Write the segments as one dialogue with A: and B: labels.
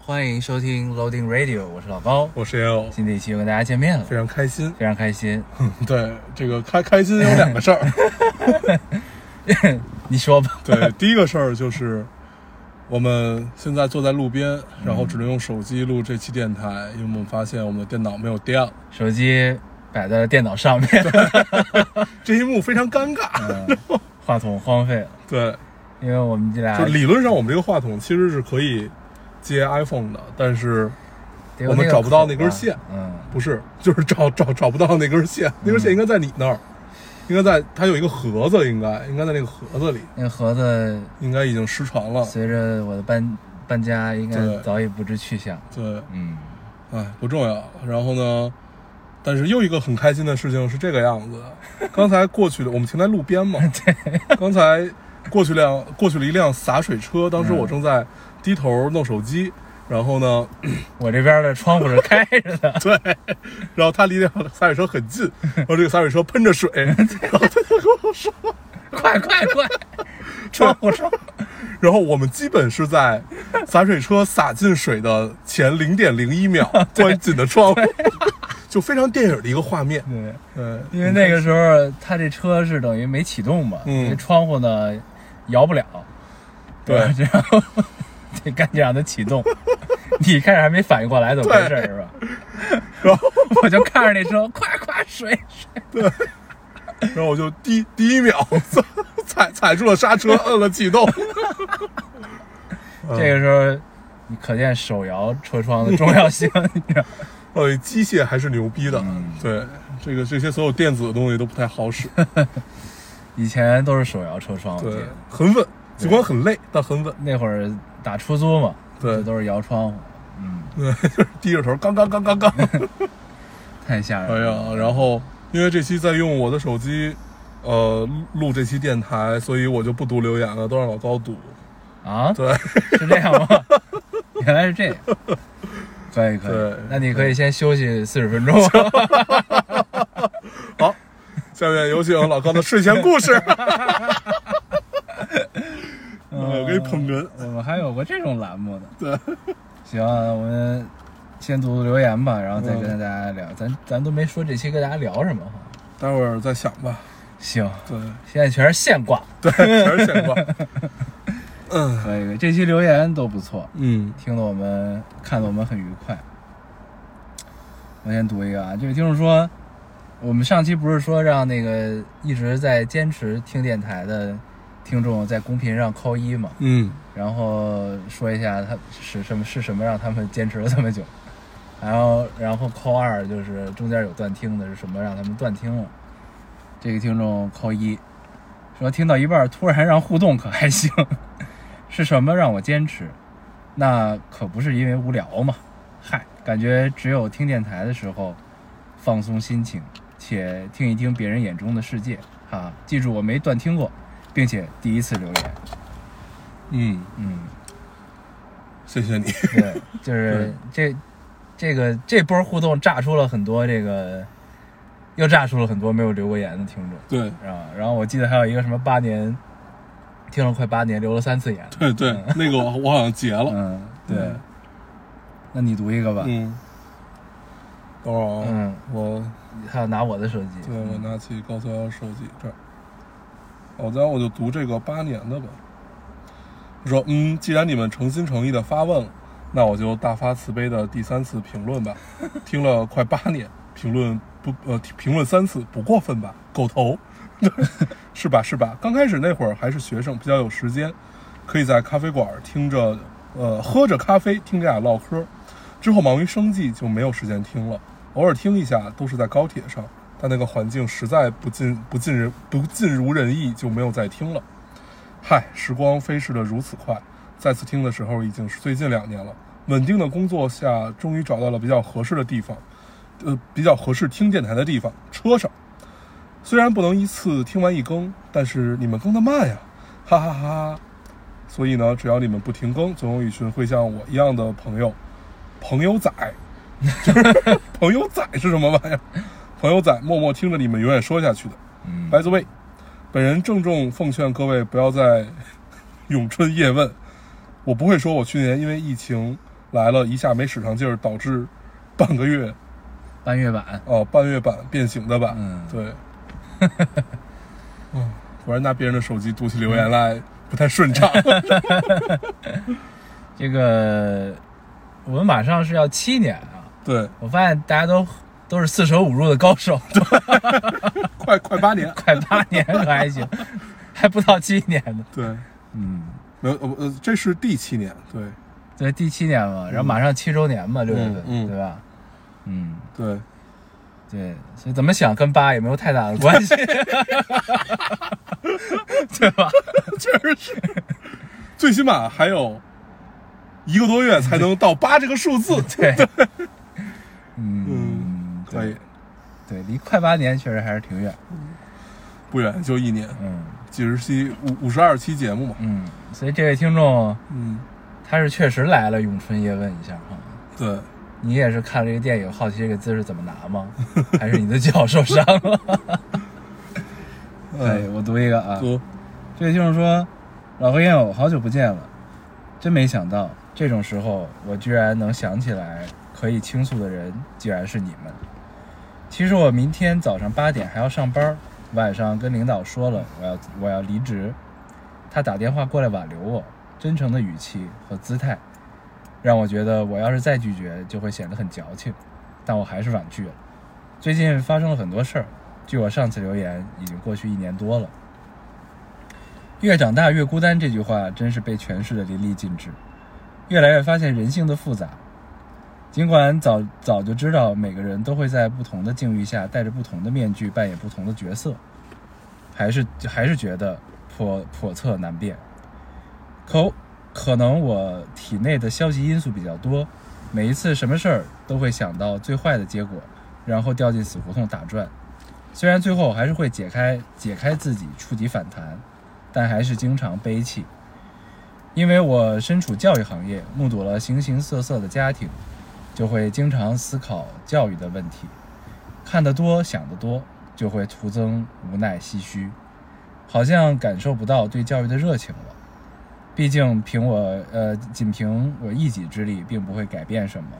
A: 欢迎收听 Loading Radio，我是老高。
B: 我是 L，
A: 新的一期又跟大家见面了，
B: 非常开 心。
A: 非常开心。
B: 对，这个开开心有两个事 儿。
A: 你说吧。
B: 对，第一个事儿就是我们现在坐在路边，然后只能用手机录这期电台，因为我们发现我们的电脑没有电了。
A: 手机摆在电脑上面，
B: 这一幕非常尴尬。
A: 嗯话筒荒废了，
B: 对，
A: 因为我们这俩
B: 就理论上我们这个话筒其实是可以接 iPhone 的，但是
A: 得有
B: 我们
A: 那个
B: 找不到那
A: 口啊
B: 根线
A: 嗯，
B: 不是，就是找找找不到那根线，那根线应该在你那儿，应该在它有一个盒子，应该应该在那个盒子里，
A: 那个盒子
B: 应该已经失传了。
A: 随着我的搬搬家，应该
B: 对
A: 早已不知去向。
B: 对。
A: 嗯，
B: 哎，不重要。然后呢，但是又一个很开心的事情是这个样子的。刚才过去了，我们停在路边嘛。对。刚才过去辆过去了一辆洒水车，当时
A: 嗯
B: 我正在低头弄手机，然后呢，
A: 我这边的窗户是开着 的，
B: 对，然后他离那辆洒水车很近，然后这个洒水车喷着水，然后他就跟我说，
A: 快快快，窗户窗户，
B: 然后我们基本是在洒水车洒进水的前零点零一秒关紧的窗户，就非常电影的一个画面。
A: 对，
B: 嗯，
A: 因为那个时候他这车是等于没启动嘛，
B: 嗯
A: 这窗户呢摇不了，
B: 对
A: 吧然后 得赶紧让它启动。 你开始还没反应过来怎么回事儿是吧？
B: 然后。
A: 我就看着那车，快快水水，
B: 然后我就第第一秒 踩踩住了刹 车，摁了启动。嗯
A: 这个时候你可见手摇车窗的重要性， 你知道吗？
B: 呃，机械还是牛逼的，对这个这些所有电子的东西都不太好使，
A: 以前都是手摇车窗，我记
B: 对
A: 得，
B: 很稳，尽管很累，但很稳。
A: 那会儿打出租嘛，
B: 对
A: 就都是摇窗户，
B: 对，就是低着头，刚刚刚刚刚。
A: 太吓人
B: 哎
A: 了。
B: 呀， 然后因为这期在用我的手机，呃，录这期电台，所以我就不读留言了，都让老高读。
A: 啊，
B: 对，
A: 是这样吗？ 原来是这样，可以可以
B: 对，
A: 那你可以先休息四十分钟。
B: 好，下面有请老高的睡前故 事。我给你捧哏。
A: 我们还有过这种栏目呢。
B: 对，
A: 行，我们先读留言吧，然后再跟大家聊。咱咱都没说这期跟大家聊什么哈。
B: 待会儿再想吧。
A: 行，
B: 对
A: 现在全是现挂，
B: 对，全是闲话。 嗯
A: 可以可以。这期留言都不错，
B: 嗯
A: 听得我们看得我们很愉快。我先读一个啊，这位听众说，我们上期不是说让那个一直在坚持听电台的听众在公屏上扣一嘛，
B: 嗯，
A: 然后说一下他是什么是什么让他们坚持了这么久， 然后然后扣二就是中间有断听的是什么让他们断听了，这个听众扣一，说听到一半儿突然让互动可还行， 是什么让我坚持？那可不是因为无聊嘛，嗨，感觉只有听电台的时候放松心情，且听一听别人眼中的世界啊！记住我没断听过，并且第一次留言，
B: 嗯，
A: 嗯。
B: 谢谢你。
A: 对，就是这这个这波互动炸出了很多这个，又炸出了很多没有留过言的听众
B: 对
A: 啊。然后我记得还有一个什么八年，听了快八年，留了三次言。
B: 对对，那个我我好像截了。
A: 嗯，对。那你读一个吧。
B: 嗯，等会儿啊，
A: 嗯，
B: 我
A: 还有拿我的手机。
B: 对我拿起高三幺手机这儿，我再我就读这个八年的吧。我说，嗯，既然你们诚心诚意的发问了，那我就大发慈悲的第三次评论吧。听了快八年，评论不呃评论三次不过分吧？狗头， 是吧是吧？刚开始那会儿还是学生，比较有时间，可以在咖啡馆听着呃喝着咖啡听这俩唠嗑。之后忙于生计，就没有时间听了，偶尔听一下都是在高铁上，但那个环境实在不尽不尽人不尽如人意，就没有再听了。嗨，时光飞逝的如此快，再次听的时候已经是最近两年了。稳定的工作下，终于找到了比较合适的地方，呃，比较合适听电台的地方——车上。虽然不能一次听完一更，但是你们更的慢呀，哈哈哈哈。所以呢，只要你们不停更，总有一群会像我一样的朋友，朋友仔，就是朋友仔是什么玩意儿？朋友仔默默听着你们永远说下去的。
A: 嗯，
B: By the way，本人郑重奉劝各位不要在咏春夜问。我不会说我去年因为疫情来了一下没使上劲儿，导致半个月
A: 半月板，
B: 哦半月板变形的吧？
A: 嗯
B: 对。 嗯，果然拿别人的手机读起留言来不太顺畅。
A: 这个我们马上是要七年啊，
B: 对，
A: 我发现大家都都是四舍五入的高手，
B: 快快八年。
A: 快八年了还 行，还不到七年呢。
B: 对，
A: 嗯，
B: 没有呃呃，这是第七年。对
A: 对，第七年嘛，然后马上七周年嘛，六月份，
B: 嗯嗯
A: 对吧？嗯，
B: 对，
A: 对，所以怎么想跟八也没有太大的关 系，对吧？
B: 确实， 最起码还有一个多月才能到八这个 数字。
A: 对，
B: 嗯
A: 嗯，
B: 可以，
A: 对，对，离快八年确实还是挺远。
B: 不远就一年，
A: 嗯
B: 几十期五五十二期节目嘛。
A: 嗯，所以这位听众
B: 嗯，
A: 他是确实来了咏春叶问一下哈。
B: 对，
A: 你也是看了这个电影，好奇这个字是怎么拿吗？还是你的脚受伤 了？对，
B: 哎，
A: 我读一个啊，
B: 读，
A: 这位听众说：“老何烟友，好久不见了，真没想到这种时候我居然能想起来可以倾诉的人，竟然是你们。其实我明天早上八点还要上班，晚上跟领导说了我要我要离职，他打电话过来挽留我，真诚的语气和姿态，让我觉得我要是再拒绝就会显得很矫情，但我还是婉拒了。最近发生了很多事儿，据我上次留言，已经过去一年多了。”越长大越孤单这句话真是被诠释的淋漓尽致，越来越发现人性的复杂。尽管早早就知道每个人都会在不同的境遇下戴着不同的面具扮演不同的角色，还是还是觉得叵叵测难辨。可可能我体内的消极因素比较多，每一次什么事儿都会想到最坏的结果，然后掉进死胡同打转。虽然最后还是会解开解开自己触底反弹，但还是经常悲泣。因为我身处教育行业，目睹了形形色色的家庭，就会经常思考教育的问题。看得多，想得多，就会徒增无奈、唏嘘，好像感受不到对教育的热情了。毕竟凭我呃，仅凭我一己之力，并不会改变什么，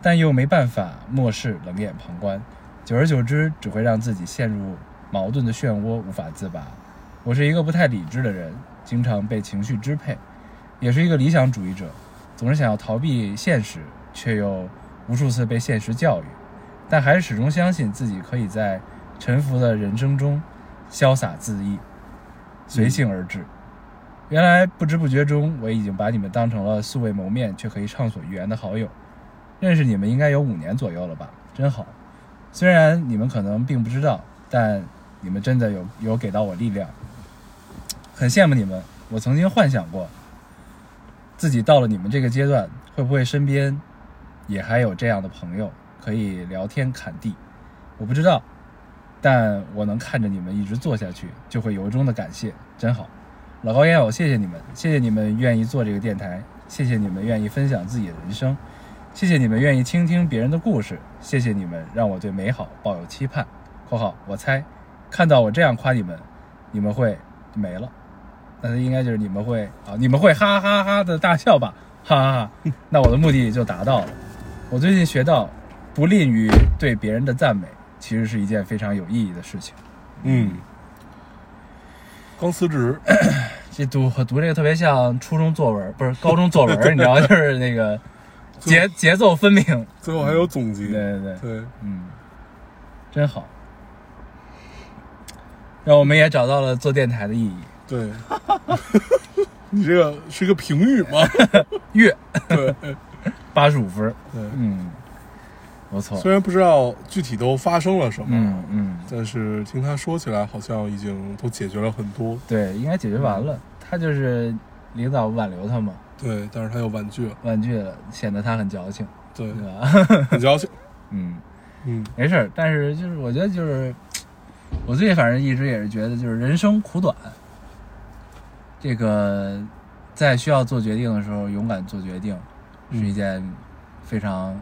A: 但又没办法漠视、冷眼旁观，久而久之，只会让自己陷入矛盾的漩涡，无法自拔。我是一个不太理智的人，经常被情绪支配，也是一个理想主义者，总是想要逃避现实，却又无数次被现实教育，但还是始终相信自己可以在沉浮的人生中潇洒恣意，随性而至。原来不知不觉中，我已经把你们当成了素未谋面却可以畅所欲言的好友。认识你们应该有五年左右了吧，真好。虽然你们可能并不知道，但你们真的有有给到我力量，很羡慕你们。我曾经幻想过，自己到了你们这个阶段，会不会身边也还有这样的朋友可以聊天侃地？我不知道，但我能看着你们一直做下去，就会由衷的感谢，真好。老高烟友，谢谢你们，谢谢你们愿意做这个电台，谢谢你们愿意分享自己的人生，谢谢你们愿意倾听别人的故事，谢谢你们让我对美好抱有期盼。（括号我猜，看到我这样夸你们，你们会没了。那应该就是你们会啊，你们会哈哈哈的大笑吧，哈哈哈。那我的目的也就达到了。我最近学到，不吝于对别人的赞美，其实是一件非常有意义的事情。
B: 嗯，刚 辞职，
A: 这读读这个特别像初中作文，不是高中作文，你知道吗，就是那个节节奏分明。
B: 最后还有总结。
A: 对对对，
B: 对，
A: 嗯，真好，让我们也找到了做电台的意义。
B: 对， 你这个是一个评语 吗？
A: 月
B: 对
A: 八十五分，
B: 对，
A: 嗯，不错，
B: 虽然不知道具体都发生了什么
A: 嗯，嗯，
B: 但是听他说起来，好像已经都解决了很多。
A: 对，应该解决完
B: 嗯
A: 了。他就是领导挽留他嘛，
B: 对，但是他又婉拒了。
A: 婉拒了，显得他很矫情，
B: 对
A: 对，吧？
B: 很矫情。
A: 嗯，
B: 嗯
A: 没事儿，但是就是我觉得就是我最近反正一直也是觉得，就是人生苦短，这个在需要做决定的时候，勇敢做决定是
B: 嗯
A: 一件非常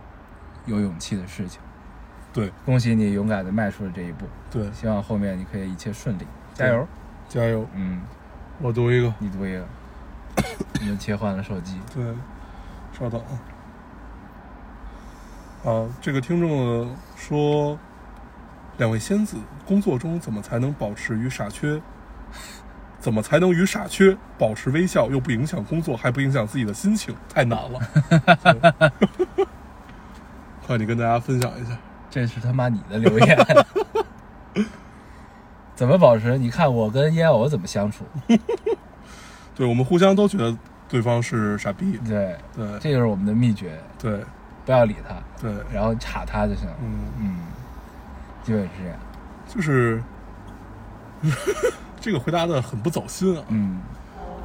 A: 有勇气的事情。
B: 对
A: 恭喜你勇敢的迈出了这一步，
B: 对，
A: 希望后面你可以一切顺利，
B: 对
A: 加油！
B: 加油！
A: 嗯，
B: 我读一个，
A: 你读一个，我们切换了手机，
B: 对，稍等啊。啊，这个听众说，两位仙子，工作中怎么才能保持与傻缺？怎么才能与傻缺保持微笑，又不影响工作，还不影响自己的心情？太难了。对快，你跟大家分享一下。
A: 这是他妈你的留言。 怎么保持？你看我跟烟偶怎么相处？
B: 对我们互相都觉得对方是傻逼。
A: 对，
B: 对
A: 这就是我们的秘诀，
B: 对
A: 不要理他，
B: 对，
A: 然后插他就行了。
B: 嗯。
A: 嗯，基本是这样。
B: 就是，这个回答的很不走心啊。
A: 嗯，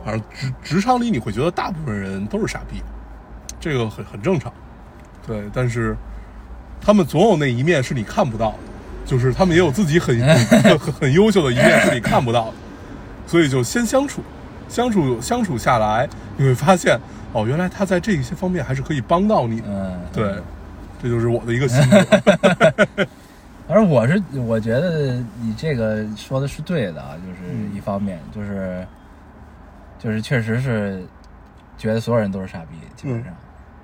B: 反正职职场里你会觉得大部分人都是傻逼，这个很很正常。对，但是他们总有那一面是你看不到的，就是他们也有自己很很很很优秀的一面是你看不到的，所以就先相处，相处相处下来，你会发现哦，原来他在这一些方面还是可以帮到你的。
A: 嗯
B: 对，这就是我的一个心得。
A: 反正我是我觉得你这个说的是对的啊，就是
B: 嗯
A: 一方面、就是就是确实是觉得所有人都是傻逼，基本上。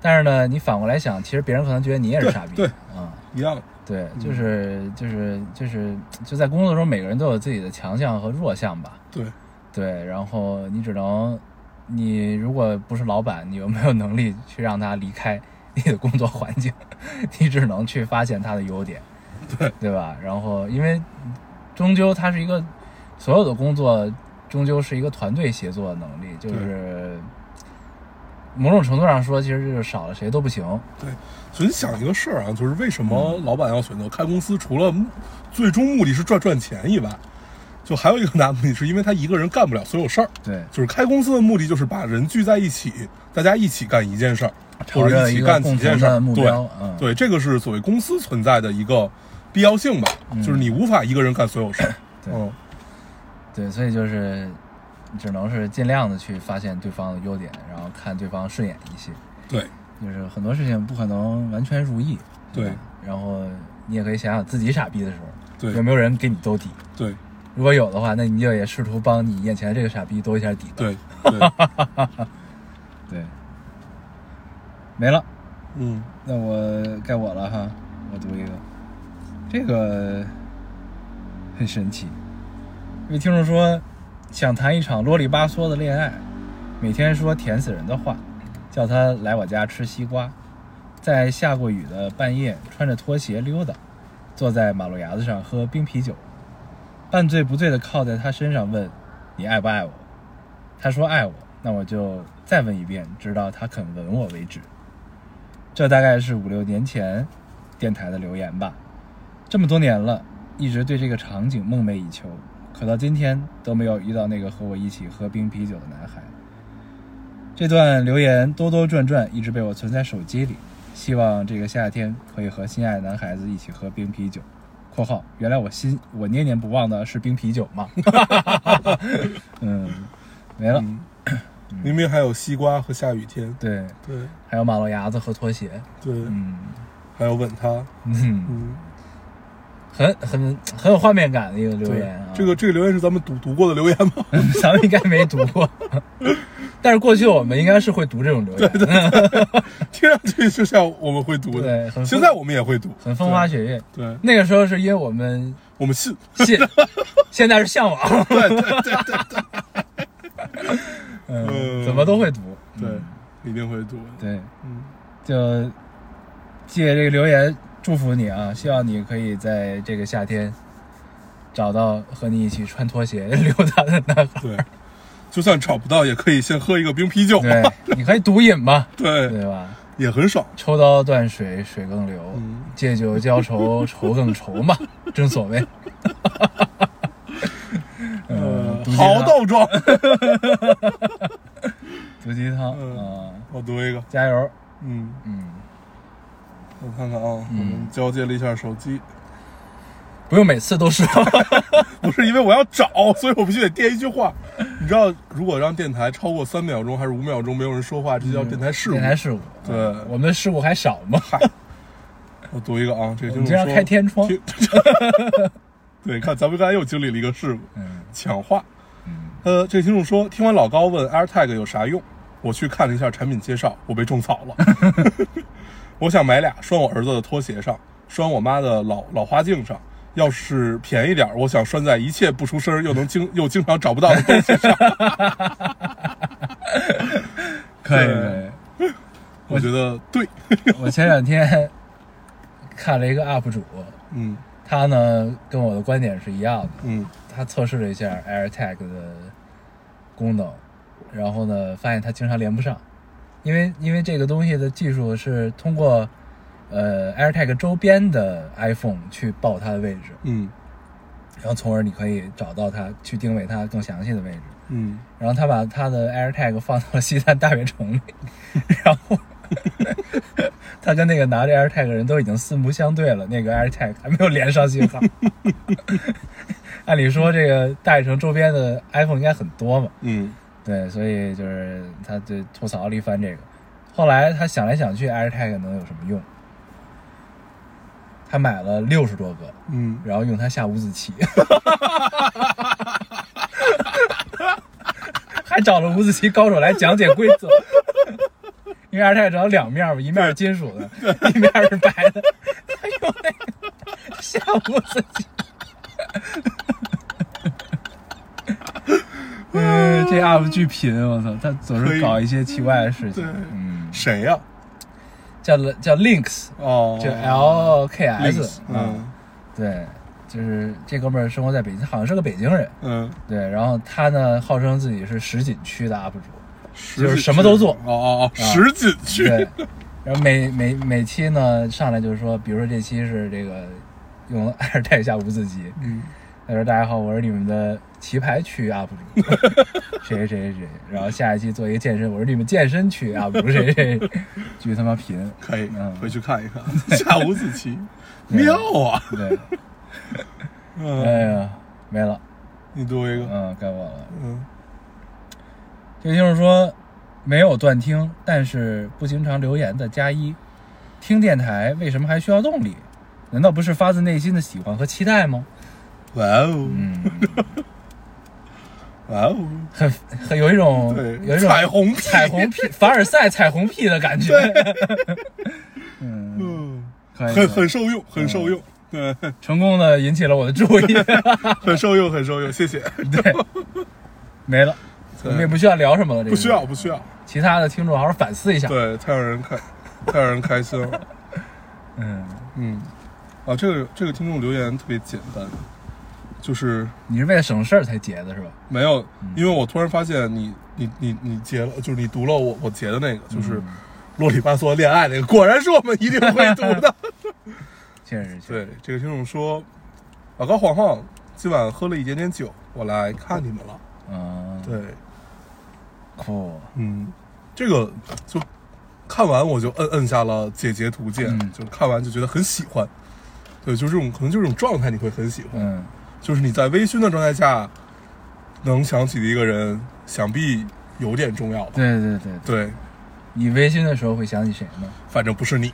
A: 但是呢，你反过来想，其实别人可能觉得你也是傻逼。
B: 嗯对
A: 嗯，
B: 一样，
A: 对，
B: 嗯
A: 就是就是就是就在工作中，每个人都有自己的强项和弱项吧。
B: 对
A: 对，然后你只能，你如果不是老板，你有没有能力去让他离开你的工作环境？ 你只能去发现他的优点，
B: 对
A: 对吧？然后，因为终究它是一个所有的工作，终究是一个团队协作的能力，就是某种程度上说，其实就是少了谁都不行。
B: 对，所以你想一个事儿啊，就是为什么
A: 嗯
B: 老板要选择开公司，除了目最终目的是赚赚钱以外，就还有一个大目的是因为他一个人干不了所有事儿。
A: 对，
B: 就是开公司的目的就是把人聚在一起，大家一起干一件事儿，
A: 朝
B: 或者
A: 着
B: 一
A: 一
B: 起
A: 个
B: 干
A: 共
B: 几件
A: 同
B: 事儿
A: 的。目标
B: 对，，
A: 嗯，
B: 对，这个是所谓公司存在的一个必要性吧，就是你无法一个人干所有事儿。
A: 嗯 对
B: 嗯，
A: 对，所以就是只能是尽量的去发现对方的优点，然后看对方顺眼一些。
B: 对，
A: 就是很多事情不可能完全如意，
B: 对
A: 吧然后你也可以想想自己傻逼的时候，有
B: 对，
A: 没有人给你兜底？
B: 对，
A: 如果有的话，那你就也试图帮你眼前这个傻逼兜一下底吧。
B: 对， 对，嗯
A: 对，没了。
B: 嗯，
A: 那我该我了哈，我读一个，这个很神奇。一位听众说，想谈一场啰里吧嗦的恋爱，每天说甜死人的话，叫他来我家吃西瓜，在下过雨的半夜穿着拖鞋溜达，坐在马路牙子上喝冰啤酒，半醉不醉的靠在他身上问：“你爱不爱我？”他说爱我，那我就再问一遍，直到他肯吻我为止。这大概是五六年前电台的留言吧。这么多年了，一直对这个场景梦寐以求，可到今天都没有遇到那个和我一起喝冰啤酒的男孩。这段留言兜兜转转，一直被我存在手机里。希望这个夏天可以和心爱的男孩子一起喝冰啤酒。（括号原来我心我念念不忘的是冰啤酒嘛。）嗯，没了。
B: 明明还有西瓜和下雨天。
A: 对，
B: 对，
A: 还有马路牙子和拖鞋。
B: 对，
A: 嗯
B: 还有吻他。
A: 嗯。
B: 嗯。
A: 很很很有画面感的一个留
B: 对，
A: 言啊。
B: 这个这个留言是咱们读读过的留言吗？
A: 咱们应该没读过， 但是过去我们应该是会读这种留言，对
B: 听上去就像我们会读的，
A: 很
B: 现在我们也会读，
A: 很风花雪月。
B: 对。对，
A: 那个时候是因为我们
B: 我们信，
A: 现现在是向往，
B: 对对对对对
A: 嗯，
B: 嗯
A: 怎么都会读。嗯
B: 对，一定会读的。
A: 对，
B: 嗯，
A: 就借这个留言祝福你啊，希望你可以在这个夏天找到和你一起穿拖鞋 溜达的男孩。
B: 对，就算找不到，也可以先喝一个冰啤酒。
A: 对，你可以毒瘾嘛，
B: 对，
A: 对吧？
B: 也很爽。
A: 抽刀断水，水更流；
B: 嗯
A: 借酒浇愁，愁更愁 嘛，正所谓。嗯，毒鸡
B: 呃好
A: 汤，
B: 倒装，
A: 毒鸡汤
B: 嗯
A: 啊！
B: 我读一个。
A: 加油，
B: 嗯，
A: 嗯，
B: 我看看啊，我们交接了一下手机。
A: 不用每次都 说。
B: 不是因为我要找，所以我必须得垫一句话。你知道，如果让电台超过三秒钟还是五秒钟没有人说话，这叫电台事故。
A: 嗯电台事故，
B: 对
A: 嗯我们的事故还少吗？
B: 我读一个啊，这
A: 我
B: 个听
A: 们
B: 众
A: 经常
B: 说
A: 开天窗。
B: 听 对，看咱们刚才又经历了一个事故，
A: 嗯
B: 抢话。呃，这个听众说，听完老高问 AirTag 有啥用，我去看了一下产品介绍，我被种草了。 我想买俩，拴我儿子的拖鞋上，拴我妈的老老花镜上。要是便宜点儿，我想拴在一切不出声儿又能经又经常找不到的东西上。
A: 可以
B: 对
A: 可以。
B: 我觉得对，
A: 我前两天看了一个 UP 主，
B: 嗯
A: 他呢跟我的观点是一样的，
B: 嗯
A: 他测试了一下 AirTag 的功能，然后呢发现它经常连不上，因为因为这个东西的技术是通过呃 AirTag 周边的 iPhone 去报它的位置，
B: 嗯
A: 然后从而你可以找到它，去定位它更详细的位置。
B: 嗯，
A: 然后他把他的 AirTag 放到了西单大悦城里， 然后他跟那个拿着 AirTag 的人都已经四目相对了，那个 AirTag 还没有连上信号。 按理说，这个大悦城周边的 iPhone 应该很多嘛，
B: 嗯
A: 对，所以就是他就吐槽了一番这个。后来他想来想去，AirTag 能有什么用？他买了六十多个，
B: 嗯，
A: 然后用它下五子棋， 还找了五子棋高手来讲解规则。因为二太只有两面嘛，一面是金属的，一面是白的。他用那个下五子 棋。嗯，这 UP 巨贫，我操，他总
B: 可
A: 是
B: 以
A: 搞一些奇怪的事情
B: 对。
A: 嗯，
B: 谁呀、
A: 叫叫 Links，
B: 哦，
A: 就 L K S，啊
B: Links，嗯
A: 对，就是这哥们儿生活在北京，好像是个北京人。
B: 嗯，
A: 对，然后他呢号称自己是十锦区的 UP 主，
B: 十
A: 就是
B: 几
A: 什么都做啊
B: 哦哦哦，十锦区，
A: 对。然后每每每期呢上来就是说，比如说这期是这个用二代下五子棋，
B: 嗯
A: 他说大家好，我是你们的棋牌区 UP 主谁谁谁谁，然后下一期做一个健身，我是你们健身区 UP 主谁谁谁，巨他妈贫，
B: 可以
A: 嗯
B: 回去看一 看下五子棋，妙啊！
A: 对，哎
B: 嗯，
A: 呀没了，
B: 你读一个，
A: 嗯，该我了。
B: 嗯
A: 这就是说，没有断听，但是不经常留言的加一。听电台为什么还需要动力？难道不是发自内心的喜欢和期待吗？
B: 哇哦
A: 嗯，
B: 哇哦，
A: 很很有一种
B: 对
A: 有一种
B: 彩虹屁
A: 彩虹屁凡尔赛彩虹屁的感觉。嗯，
B: 嗯，
A: 可以
B: 很很受
A: 嗯
B: 用，很受用，对，
A: 成功的引起了我的注意。
B: 很受用，很受用，谢谢。
A: 对，没了，我们也不需要聊什么了。这个
B: 不需要，不需要，
A: 其他的听众好好反思一下。
B: 对，太让人开，太让人开心了。
A: 嗯，
B: 嗯，啊，这个这个听众留言特别简单，就是
A: 你是为了省事儿才截的是吧？
B: 没有，
A: 嗯
B: 因为我突然发现你你你你截了，就是你读了我我截的那个，
A: 嗯
B: 就是啰里吧嗦恋爱那个， 果然是我们一定会读 的。
A: 确实，确实
B: 对，这个听众说，老高晃晃今晚喝了一点点酒，我来看你们了。
A: 嗯，
B: 对，
A: 酷，
B: 嗯，这个就看完我就摁摁下了解截图键，
A: 嗯
B: 就看完就觉得很喜欢。对，就这种可能就这种状态你会很喜欢，
A: 嗯。
B: 就是你在微醺的状态下能想起的一个人，想必有点重要吧。
A: 对对对，对
B: 对，
A: 你微醺的时候会想起谁呢？
B: 反正不是 你，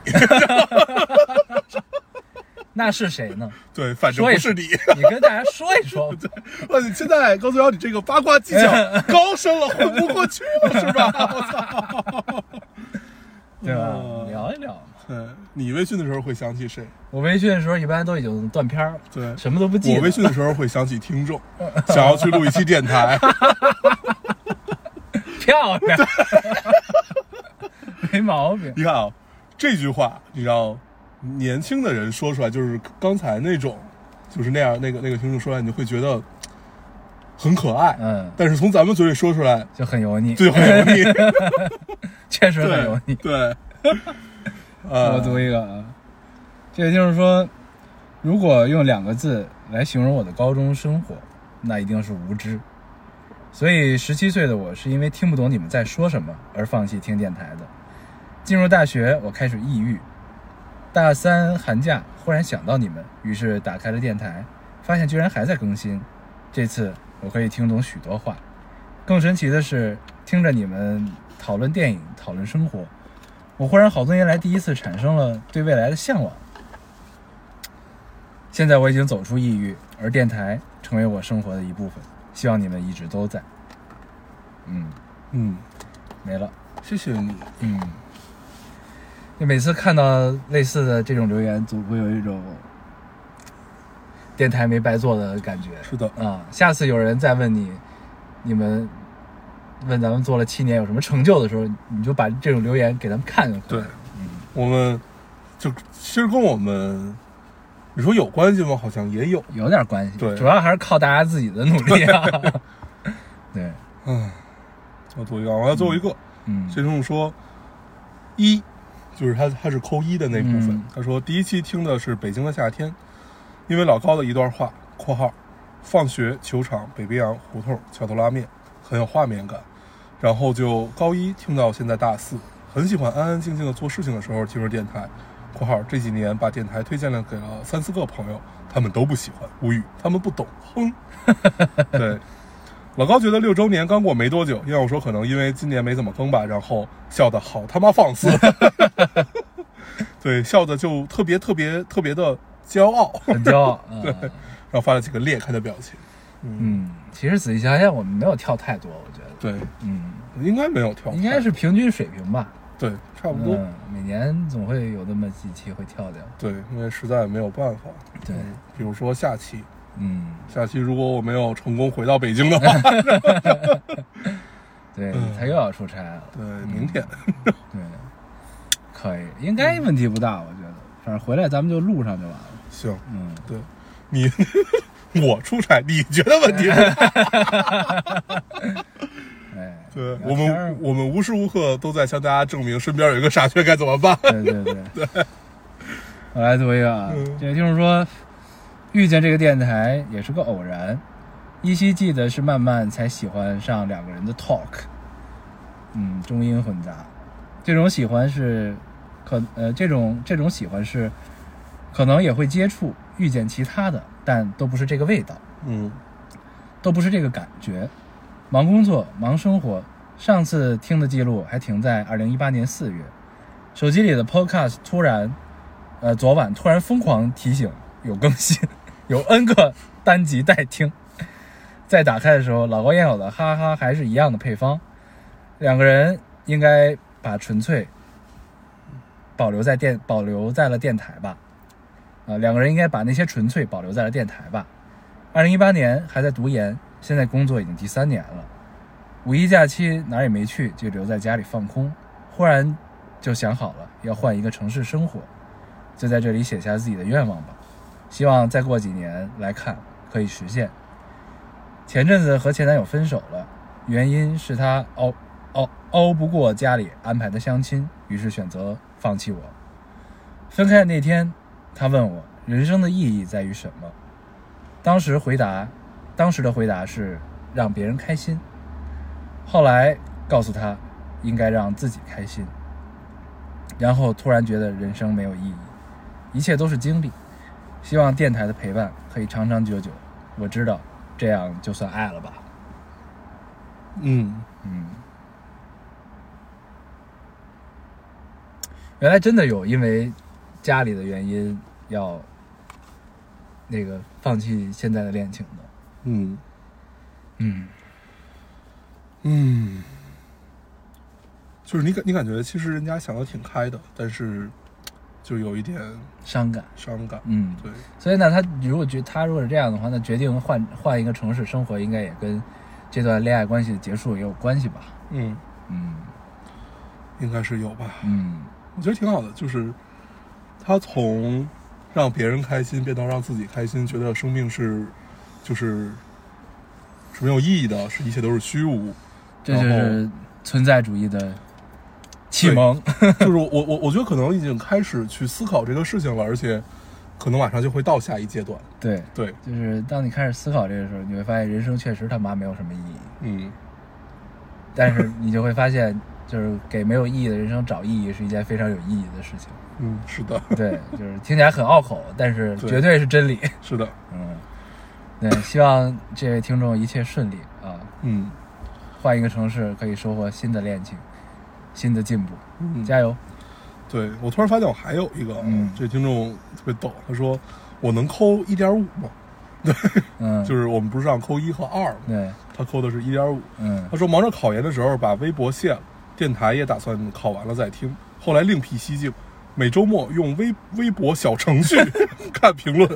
A: 那是谁 呢？
B: 对，反正不是你。
A: 你跟大家说一说。
B: 哇，你现在高思瑶，你这个八卦 技巧高深了，混不过去了是 吧？我操！
A: 对吧
B: 嗯？
A: 聊一聊嘛。
B: 对嗯你微醺的时候会想起谁？
A: 我微醺的时候一般都已经断片儿了，
B: 对
A: 什么都不记得。
B: 我微醺的时候会想起听 众，想要去录一期电台。
A: 漂亮， 没毛病。
B: 你看啊，这句话你知道，年轻的人说出来就是刚才那种，就是那样那个那个听众说出来，你就会觉得很可爱。
A: 嗯
B: 但是从咱们嘴里说出来，
A: 就很油腻，
B: 就很油 腻。
A: 确实很油腻。
B: 对，
A: 我
B: 呃，
A: 读一个啊，这个就是说，如果用两个字来形容我的高中生活，那一定是无知。所以，十七岁的我是因为听不懂你们在说什么而放弃听电台的。进入大学，我开始抑郁，大三寒假忽然想到你们，于是打开了电台，发现居然还在更新。这次我可以听懂许多话，更神奇的是，听着你们讨论电影、讨论生活，我忽然好多年来第一次产生了对未来的向往。现在我已经走出抑郁，而电台成为我生活的一部分。希望你们一直都在。嗯，
B: 嗯，
A: 没了。
B: 谢谢你。
A: 嗯，就每次看到类似的这种留言，总会有一种电台没白做的感觉
B: 是的，
A: 啊。下次有人再问你，你们问咱们做了七年有什么成就的时候，你就把这种留言给咱们看就可以
B: 对
A: 了。
B: 嗯我们就其实跟我们你说有关系吗？好像也有。
A: 有点关系，
B: 对
A: 主要还是靠大家自己的努力 啊。对，
B: 唉，最后一个，我要最后一个。
A: 嗯，
B: 这种说一，就是他他是扣一的那部分。
A: 嗯
B: 他说第一期听的是《北京的夏天》，因为老高的一段话（括号），放学、球场、北冰洋胡同、桥头拉面，很有画面感。然后就高一听到现在大四，很喜欢安安静静的做事情的时候听着电台。（括号）这几年把电台推荐了给了三四个朋友，他们都不喜欢，无语，他们不懂，哼。 对，老高觉得六周年刚过没多久，要我说可能因为今年没怎么更吧，然后笑得好他妈放肆， 对，笑的就特别特别特别的骄傲，
A: 很骄傲。啊
B: 然后发了几个裂开的表情。
A: 嗯，其实仔细想想，我们没有跳太多，我觉得，
B: 对，
A: 嗯，
B: 应该没有跳，
A: 应该是平均水平吧。
B: 对，差不多。
A: 嗯，每年总会有那么几期会跳掉。
B: 对，因为实在没有办法。
A: 对
B: 嗯比如说下期，
A: 嗯，
B: 下期如果我没有成功回到北京的话，
A: 对
B: 嗯
A: 他又要出差了。
B: 对，明天，
A: 对，可以，应
B: 嗯
A: 该问题不大，我觉得。反正回来咱们就录上就完了。
B: 行，
A: 嗯，
B: 对你， 我出差，你觉得问题不大？
A: 哎，
B: 对
A: 聊
B: 我
A: 天儿
B: 们，我们无时无刻都在向大家证明身边有一个傻缺该怎么办。
A: 对对对对。我来读一个啊，
B: 嗯
A: 这个听众说，遇见这个电台也是个偶然，依稀记得是慢慢才喜欢上两个人的 talk，嗯，中英混杂，这种喜欢是可呃这种这种喜欢是可能也会接触遇见其他的，但都不是这个味道。
B: 嗯
A: 都不是这个感觉。忙工作，忙生活。上次听的记录还停在二零一八年四月，手机里的 Podcast 突然，呃，昨晚突然疯狂提醒有更新， 有 N 个单集待听。再打开的时候，老高烟友的哈哈还是一样的配方，两个人应该把纯粹保留在电保留在了电台吧，啊、两个人应该把那些纯粹保留在了电台吧。二零一八年还在读研，现在工作已经第三年了。五一假期哪儿也没去，就留在家里放空。忽然就想好了，要换一个城市生活，就在这里写下自己的愿望吧。希望再过几年来看可以实现。前阵子和前男友分手了，原因是他熬熬熬不过家里安排的相亲，于是选择放弃我。分开的那天，他问我人生的意义在于什么。当时回答，当时的回答是让别人开心。后来告诉他，应该让自己开心。然后突然觉得人生没有意义，一切都是经历。希望电台的陪伴可以长长久久。我知道，这样就算爱了吧。
B: 嗯，
A: 嗯，原来真的有因为家里的原因要那个放弃现在的恋情的。
B: 嗯
A: 嗯。
B: 嗯，就是你感你感觉其实人家想的挺开的，但是就有一点
A: 伤感。
B: 伤感。
A: 嗯，
B: 对，
A: 所以呢，他如果觉他如果是这样的话，那决定换换一个城市生活，应该也跟这段恋爱关系的结束也有关系吧？
B: 嗯，
A: 嗯
B: 应该是有吧。
A: 嗯
B: 我觉得挺好的，就是他从让别人开心变到让自己开心，觉得生命是就是是没有意义的，是一切都是虚无。
A: 这就是存在主义的启 蒙。
B: 就是我我我我觉得可能已经开始去思考这个事情了，而且可能马上就会到下一阶段。
A: 对，
B: 对，
A: 就是当你开始思考这个时候，你会发现人生确实他妈没有什么意义，
B: 嗯，
A: 但是你就会发现就是给没有意义的人生找意义是一件非常有意义的事 情。
B: 嗯，是的，
A: 对，就是听起来很拗口，但是
B: 对
A: 绝对是真理。
B: 是的，
A: 嗯，对，希望这位听众一切顺利啊！
B: 嗯
A: 换一个城市可以收获新的恋情，新的进步，
B: 嗯，
A: 加油！
B: 对我突然发现我还有一个，啊
A: 嗯
B: 这听众特别逗，他说我能扣一点五吗？
A: 嗯，
B: 就是是我们不是让扣一和二吗？
A: 对，
B: 他扣的是一点五。
A: 嗯
B: 他说忙着考研的时候把微博卸了，电台也打算考完了再听，后来另辟蹊径，每周末用微微博小程序 看评论。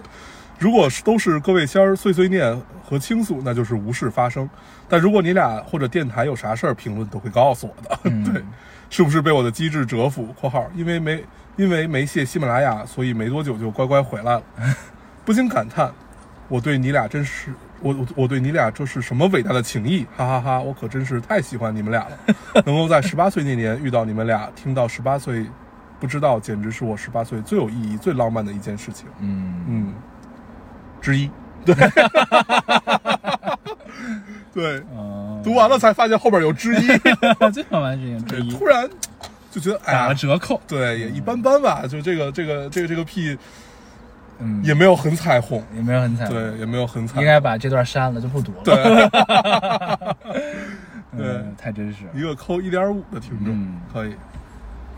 B: 如果是都是各位仙儿碎碎念和倾诉，那就是无事发生。但如果你俩或者电台有啥事儿，评论都会告诉我的。
A: 嗯
B: 对，是不是被我的机智折服？（括号因为没因为没卸喜马拉雅，所以没多久就乖乖回来了。）不禁感叹，我对你俩真是我我我对你俩这是什么伟大的情谊，哈哈哈我可真是太喜欢你们俩了， 能够在十八岁那年遇到你们俩，听到十八岁，不知道简直是我十八岁最有意义、最浪漫的一件事情，
A: 嗯
B: 嗯，之一， 对，对，
A: 嗯，
B: 读完了才发现后边有之一，
A: 最好玩这个之一
B: 突然就觉得哎
A: 打
B: 呀
A: 了，折扣，
B: 对，也一般般吧，就这个这个这个这个屁
A: 嗯，
B: 也没有很彩虹，
A: 也没有很惨，，
B: 对，也没有很彩
A: 应，该把这段删了就不读了，
B: 对。
A: 嗯，太真实了，
B: 一个扣一点五的听众，
A: 嗯
B: 可以，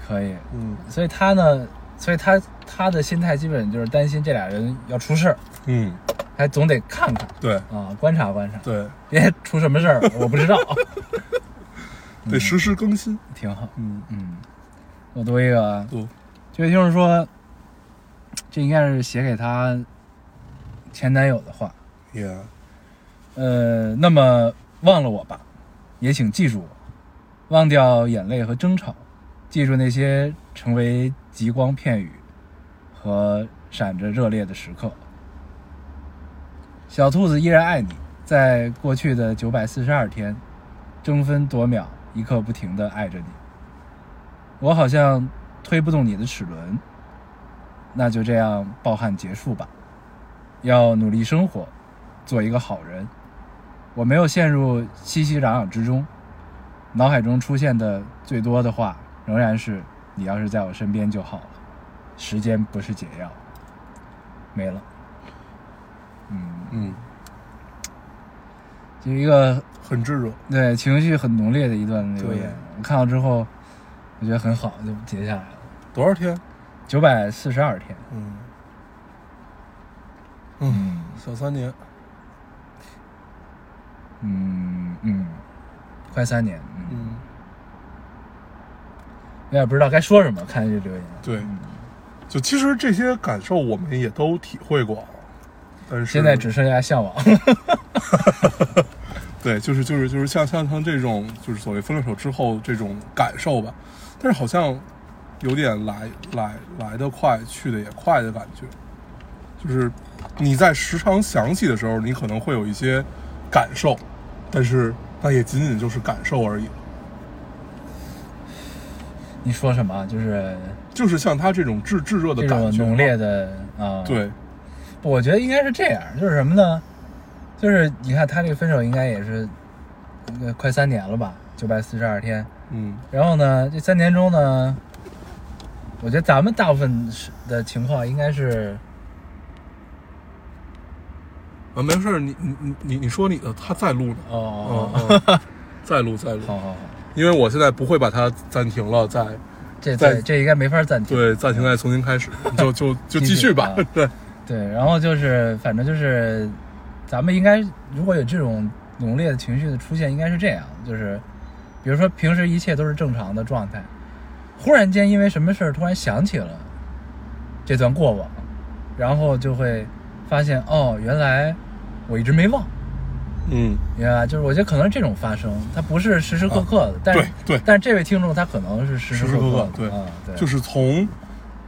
A: 可以。
B: 嗯
A: 所以他呢，所以他他的心态基本就是担心这俩人要出事儿，
B: 嗯，
A: 还总得看看
B: 对
A: 啊，观察观察，
B: 对，
A: 别出什么事儿了我不 知道，
B: 得实时更新，
A: 挺好。
B: 嗯，
A: 嗯，我读一个啊，
B: 读，
A: 这位听众说，这应该是写给他前男友的话。
B: 也，
A: 呃，那么忘了我吧，也请记住我，忘掉眼泪和争吵，记住那些成为极光片语和闪着热烈的时刻。小兔子依然爱你，在过去的九百四十二天，争分夺秒，一刻不停的爱着你。我好像推不动你的齿轮，那就这样抱憾结束吧。要努力生活，做一个好人。我没有陷入熙熙攘攘之中，脑海中出现的最多的话仍然是“你要是在我身边就好了”，时间不是解药。没了，嗯，
B: 嗯，
A: 就一个
B: 很炙热，
A: 对情绪很浓烈的一段留
B: 对
A: 言，我看到之后，我觉得很好，就截下来了。
B: 多少天？
A: 九百四十二天，
B: 嗯，
A: 嗯
B: 小三年，
A: 嗯嗯，快三年，嗯，
B: 嗯，
A: 有点不知道该说什么，看这留言，
B: 对，就其实这些感受我们也都体会过，但是
A: 现在只剩下向往，
B: 对，就是就是就是像像像这种就是所谓分了手之后这种感受吧，但是好像有点来来来得快，去的也快的感觉，就是你在时常想起的时候，你可能会有一些感受，但是那也仅仅就是感受而已。
A: 你说什么？就是
B: 就是像他这种炙炙热的
A: 这
B: 感
A: 种
B: 觉，
A: 浓烈的啊、，
B: 对，
A: 我觉得应该是这样，就是什么呢？就是你看他这个分手应该也是，呃，快三年了吧，九百四十二天。
B: 嗯
A: 然后呢，这三年中呢，我觉得咱们大部分是的情况应该是，
B: 啊，没事儿，你你你你你说你的，他在录呢，
A: 哦哦，哦
B: 哦， 哦在录在录，
A: 好好好，
B: 因为我现在不会把它暂停了，再。
A: 这
B: 在
A: 这这应该没法暂停。
B: 对，暂停再重新开始，就就就继续吧
A: 继续啊。
B: 对，
A: 对，然后就是反正就是，咱们应该如果有这种浓烈的情绪的出现，应该是这样，就是比如说平时一切都是正常的状态，忽然间因为什么事儿突然想起了这段过往，然后就会发现哦，原来我一直没忘。
B: 嗯，
A: 明白吧？就是我觉得可能是这种发生，它不是时时刻刻的，但是
B: 对对
A: 但是这位听众他可能是时
B: 时时
A: 刻
B: 刻刻
A: 的，
B: 对
A: 啊、对，
B: 就是从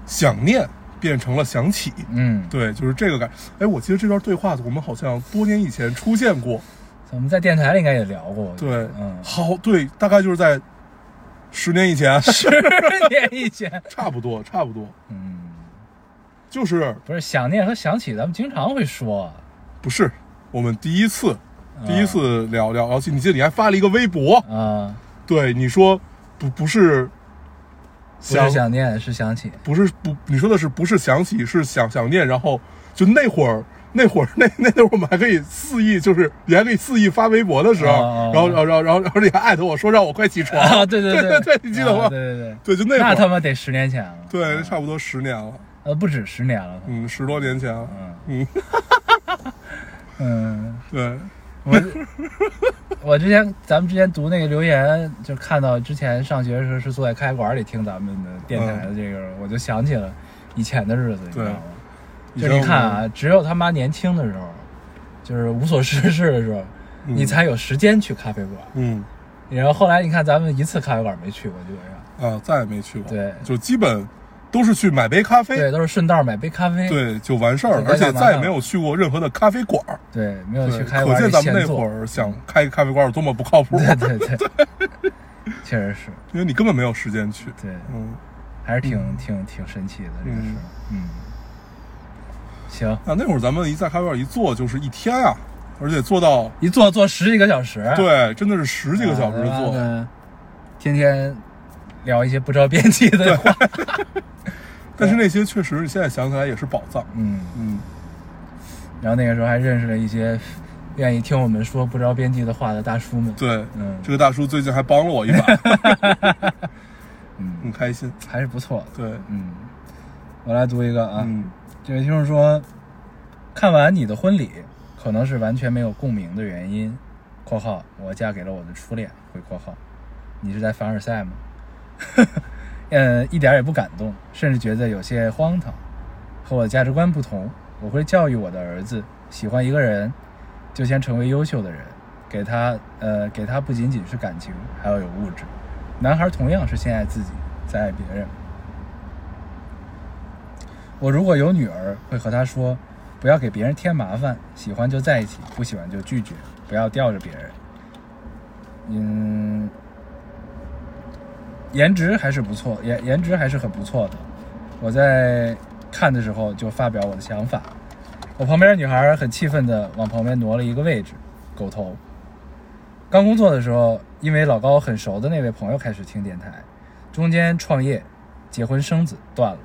B: 想念变成了想起，
A: 嗯，
B: 对，就是这个感。哎，我记得这段对话我们好像多年以前出现过，
A: 我们在电台里应该也聊过，
B: 对，
A: 嗯，
B: 好，对，大概就是在十年 以前，
A: 十年以前，
B: 差不多，差不多，
A: 嗯。
B: 就是
A: 不是想念和想起，咱们经常会说。
B: 不是我们第一次
A: 啊
B: 第一次聊聊，而且你记得你还发了一个微博，
A: 啊，
B: 对，你说。不不是
A: 不是想念，是想 起。
B: 不是不，你说的是不是想起是想想念，然后就那会儿那会儿 那那那会儿我们还可以肆意，就是你还可以肆意发微博的时候，
A: 哦哦哦
B: 然后然后然后然后然后你还艾特我说让我快起床，
A: 啊， 对
B: 对
A: 对
B: 对，你记得吗？
A: 啊对对
B: 对，就那
A: 对，
B: 会
A: 那
B: 儿，
A: 他妈得十年前了。
B: 对，
A: 嗯
B: 差不多十年了，
A: 呃，不止十年了。
B: 嗯，十多年前了，
A: 嗯
B: 嗯，
A: 嗯，
B: 对，
A: 我 我之前咱们之前读那个留言，就看到之前上学的时候是坐在咖啡馆里听咱们的电台的这个，我就想起了以前的日子，你知道吗？就你看
B: 嗯
A: 啊，只有他妈年轻的时候，就是无所事事的时候，
B: 嗯
A: 你才有时间去咖啡馆。
B: 嗯
A: 然后后来你看，咱们一次咖啡馆没去过，基本上
B: 啊，再也没去过，
A: 对
B: 就基本都是去买杯咖啡，
A: 对，都是顺道买杯咖啡。
B: 对，就完事儿
A: 就
B: 了，而
A: 该干
B: 且
A: 嘛
B: 再也
A: 干
B: 没
A: 嘛
B: 有去过任何的咖啡馆儿。
A: 对，没有
B: 对，
A: 去咖啡
B: 可
A: 馆
B: 见
A: 里
B: 咱们那
A: 闲
B: 会
A: 坐。
B: 儿想开咖啡馆儿多么不靠谱，
A: 对对对，确实是，
B: 因为你根本没有时间去。
A: 对，
B: 嗯，
A: 还是挺、
B: 嗯
A: 挺挺神奇的这个
B: 嗯
A: 事儿。嗯，行，
B: 啊，那会儿咱们一在咖啡馆儿一坐就是一天啊，而且坐到
A: 一坐坐十几个小时，
B: 对，真的是十
A: 啊，
B: 几个小时
A: 他妈
B: 坐。
A: 的天天聊一些不着边际的话。
B: 但是那些确实，现在想起来也是宝藏。
A: 嗯。
B: 嗯，
A: 然后那个时候还认识了一些愿意听我们说不着边际的话的大叔们。，
B: 对，
A: 嗯
B: 这个大叔最近还帮了我一把， 很
A: 嗯，
B: 开心。
A: 还是不错的。
B: 对，
A: 嗯，我来读一个啊，
B: 嗯
A: 这位听众说，看完你的婚礼，可能是完全没有共鸣的原因（括号我嫁给了我的初恋）回括号，你是在凡尔赛吗？ 嗯，一点也不感动，甚至觉得有些荒唐，和我的价值观不同。我会教育我的儿子，喜欢一个人，就先成为优秀的人，给他呃，给他不仅仅是感情，还要有物质。男孩同样是先爱自己，再爱别人。我如果有女儿，会和她说，不要给别人添麻烦，喜欢就在一起，不喜欢就拒绝，不要吊着别人。嗯，颜值还是不错，颜颜值还是很不错的。我在看的时候就发表我的想法。我旁边的女孩很气愤地往旁边挪了一个位置，狗头。刚工作的时候，因为老高很熟的那位朋友开始听电台，中间创业、结婚生子断了，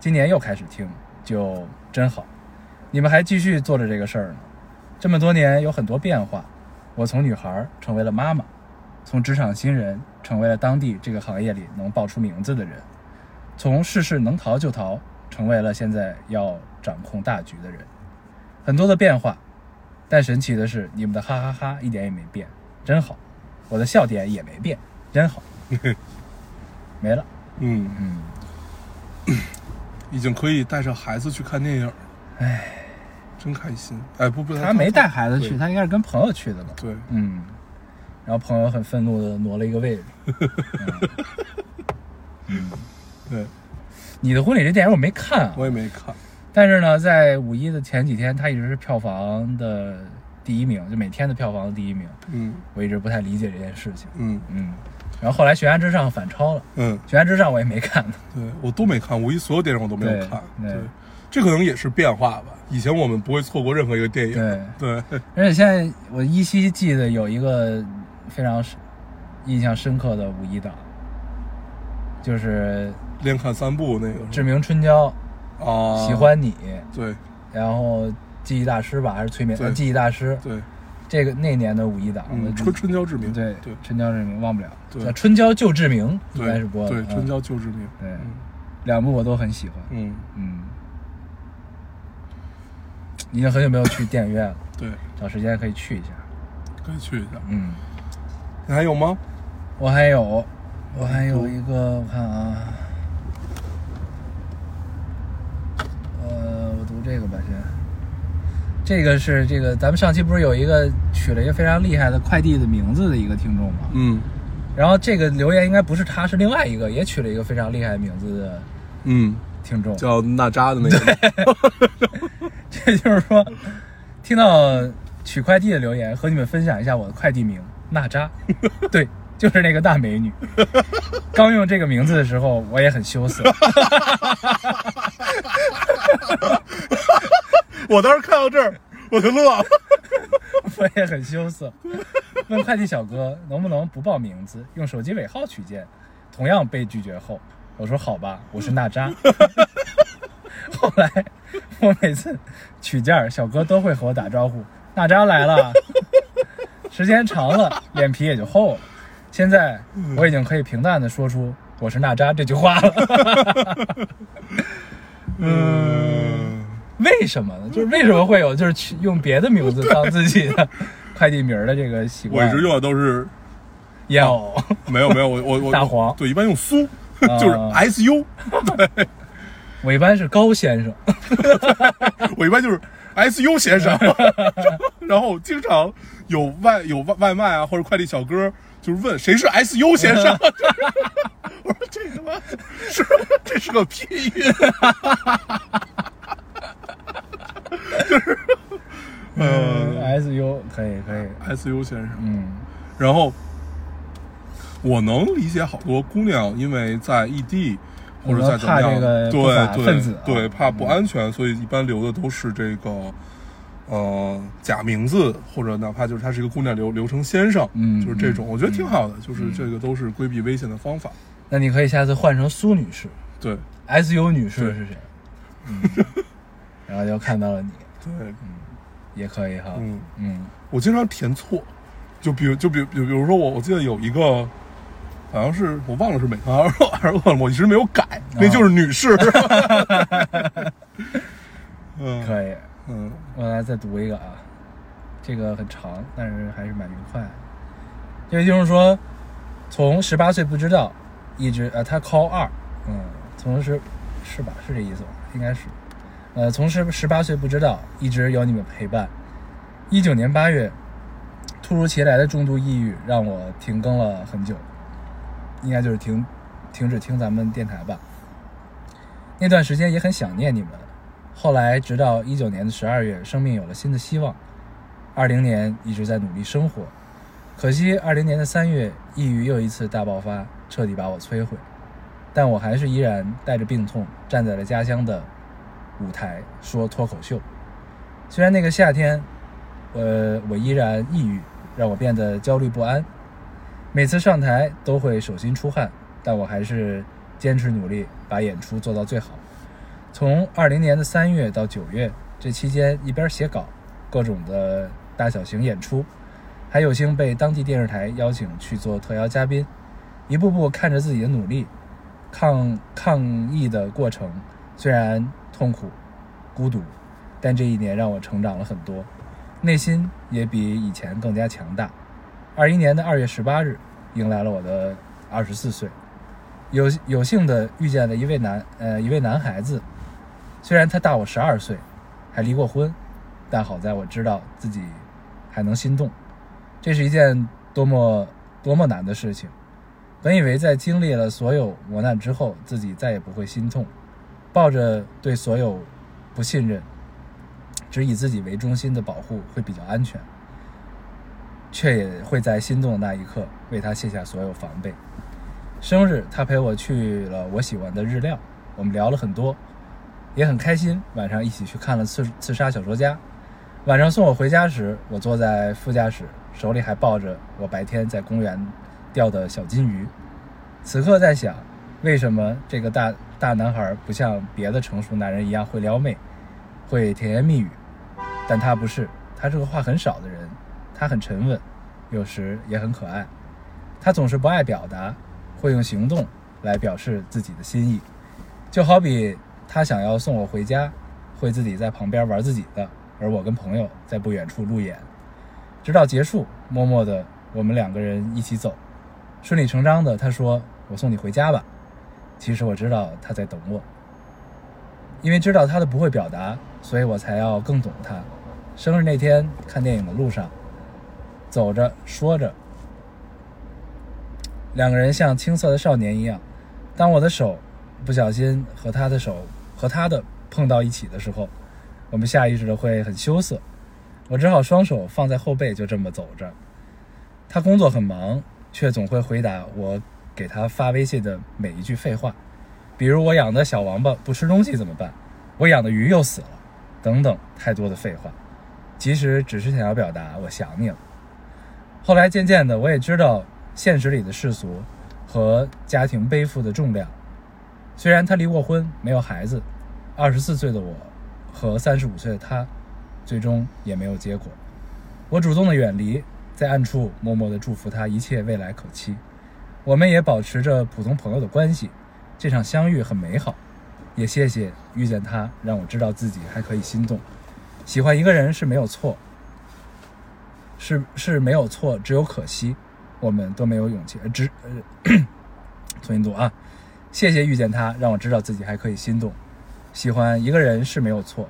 A: 今年又开始听，就真好。你们还继续做着这个事儿呢，这么多年有很多变化，我从女孩儿成为了妈妈，从职场新人成为了当地这个行业里能报出名字的人，从事事能逃就逃成为了现在要掌控大局的人，很多的变化，但神奇的是你们的哈哈哈一点也没变，真好，我的笑点也没变，真好，没了，
B: 嗯，
A: 嗯，
B: 已经可以带着孩子去看电影，哎，真开心。哎，不不，
A: 他没带孩子
B: 对
A: 去，他应该是跟朋友去的吧？
B: 对，
A: 嗯，然后朋友很愤怒的挪了一个位置。嗯，嗯
B: 对
A: 你的婚礼这电影我没看啊，
B: 我也没看。
A: 但是呢，在五一的前几天，它一直是票房的第一名，就每天的票房的第一名。
B: 嗯
A: 我一直不太理解这件事情。
B: 嗯
A: 嗯，然后后来《悬崖之上》反超了，
B: 嗯，
A: 《悬崖之上》我也没看呢。
B: 对我都没看，五一所有电影我都没有
A: 对
B: 看。
A: 对
B: 这可能也是变化吧。以前我们不会错过任何一个电影。
A: 对，
B: 对，
A: 而且现在我依稀记得有一个非常印象深刻的五一档，就是
B: 连看三部那
A: 《
B: 个是
A: 志明春娇》
B: 吧啊，
A: 喜欢你，
B: 对
A: 然后记忆大师吧，还是催眠？
B: 对
A: 呃记忆大师，
B: 对，
A: 这个那年的五一档，我
B: 嗯，
A: 记
B: 春春娇志明，
A: 对
B: 对
A: 春娇志明忘不了，
B: 对
A: 叫春娇救志明应
B: 对
A: 该是播的，
B: 对
A: 嗯
B: 春娇救志明，
A: 对
B: 嗯
A: 两部我都很喜欢，
B: 嗯，
A: 嗯，已经很久没有去电影 院了，
B: 对，
A: 找时间可以去一下，
B: 可以去一下。
A: 嗯，
B: 你还有吗？
A: 我还有我还有一个，我看啊，呃，我读这个吧先。这个是这个，咱们上期不是有一个取了一个非常厉害的快递的名字的一个听众吗？
B: 嗯
A: 然后这个留言应该不是他，是另外一个，也取了一个非常厉害名字的
B: 嗯，
A: 听众。
B: 叫娜扎的那个，
A: 这 就是说，听到取快递的留言，和你们分享一下我的快递名娜扎，对，就是那个大美女。刚用这个名字的时候，我也很羞涩。
B: 我当时看到这儿我就乐了。
A: 我也很羞涩，问快递小哥能不能不报名字，用手机尾号取件，同样被拒绝后，我说好 吧，我是娜扎。 后来我每次取件儿，小哥都会和我打招呼：“娜扎来 了。”时间长了，脸皮也就厚了。现在我已经可以平淡的说出“我是娜扎”这句话了。
B: 嗯，
A: 为什么呢？就是为什么会有就是去用别的名字当自己的快递名儿的这个习
B: 我
A: 惯？
B: 一直用的都是
A: 烟偶，
B: 没有没有，我我 我
A: 大黄
B: 对，一般用苏，
A: 啊
B: 就是 S U，
A: 我一般是高先生。
B: 我一般就是 S U 先生，然后经常有外有外外卖啊或者快递小哥就是问谁是 S U 先生， 我说这他妈是这是个拼音，就是。嗯
A: S U 可以可以，
B: S U 先生，
A: 嗯
B: 然后我能理解好多姑娘，因为在异地或者在怎么
A: 嗯怕
B: 样，
A: 这个不法
B: 对
A: 分子啊
B: 对对，怕不安全，所以一般留的都是这个呃假名字，或者哪怕就是他是一个姑娘留留成先生，
A: 嗯
B: 就是这种，我觉得挺好的，就是这个都是规避危险的方法。
A: 那你可以下次换成苏女士
B: 对
A: ，S U 女士是谁？嗯， 然后就看到了你，
B: 对，
A: 嗯也可以哈。
B: 嗯，
A: 嗯
B: 我经常填错，就比如就比比比如说我我记得有一个。好像是我忘了是美团还是还是饿了么，我一直没有改，那就是女士。 嗯，
A: 可以。
B: 嗯，
A: 我来再读一个啊，这个很长，但是还是蛮愉快的。这位听众说，从十八岁不知道，一直呃，他 call 二，嗯，从十是吧？是这意思吧？应该是，呃，从十十八岁不知道，一直有你们陪伴。一九年八月，突如其来的重度抑郁让我停更了很久，应该就是停停止听咱们电台吧。那段时间也很想念你们，后来直到一九年的十二月，生命有了新的希望。二零年一直在努力生活，可惜二零年的三月，抑郁又一次大爆发，彻底把我摧毁。但我还是依然带着病痛站在了家乡的舞台说脱口秀。虽然那个夏天，呃，我依然抑郁，让我变得焦虑不安。每次上台都会手心出汗，但我还是坚持努力，把演出做到最好。从二零年的三月到九月这期间，一边写稿，各种的大小型演出，还有幸被当地电视台邀请去做特邀嘉宾，一步步看着自己的努力，抗抗疫的过程虽然痛苦、孤独，但这一年让我成长了很多，内心也比以前更加强大。二一年的二月十八日，迎来了我的二十四岁，有有幸的遇见了一位男呃一位男孩子，虽然他大我十二岁，还离过婚，但好在我知道自己还能心动，这是一件多么多么难的事情。本以为在经历了所有磨难之后，自己再也不会心痛，抱着对所有不信任，只以自己为中心的保护会比较安全，却也会在心动的那一刻为他卸下所有防备。生日，他陪我去了我喜欢的日料，我们聊了很多，也很开心。晚上一起去看了刺《刺杀小说家》。晚上送我回家时，我坐在副驾驶，手里还抱着我白天在公园钓的小金鱼。此刻在想，为什么这个大大男孩不像别的成熟男人一样会撩妹，会甜言蜜语？但他不是，他是个话很少的人，他很沉稳，有时也很可爱。他总是不爱表达，会用行动来表示自己的心意。就好比他想要送我回家，会自己在旁边玩自己的，而我跟朋友在不远处路演，直到结束，默默的我们两个人一起走，顺理成章的他说：“我送你回家吧。”其实我知道他在等我，因为知道他的不会表达，所以我才要更懂他。生日那天看电影的路上，走着说着，两个人像青涩的少年一样。当我的手不小心和他的手和他的碰到一起的时候，我们下意识的会很羞涩。我只好双手放在后背，就这么走着。他工作很忙，却总会回答我给他发微信的每一句废话，比如我养的小王八不吃东西怎么办？我养的鱼又死了，等等，太多的废话。其实只是想要表达我想你了。后来渐渐的，我也知道现实里的世俗和和家庭背负的重量。虽然他离过婚，没有孩子，二十四岁的我和三十五岁的他，最终也没有结果。我主动的远离，在暗处默默的祝福他一切未来可期。我们也保持着普通朋友的关系，这场相遇很美好，也谢谢遇见他，让我知道自己还可以心动。喜欢一个人是没有错，是是没有错，只有可惜，我们都没有勇气。呃只呃， 重新读啊，谢谢遇见他，让我知道自己还可以心动。喜欢一个人是没有错，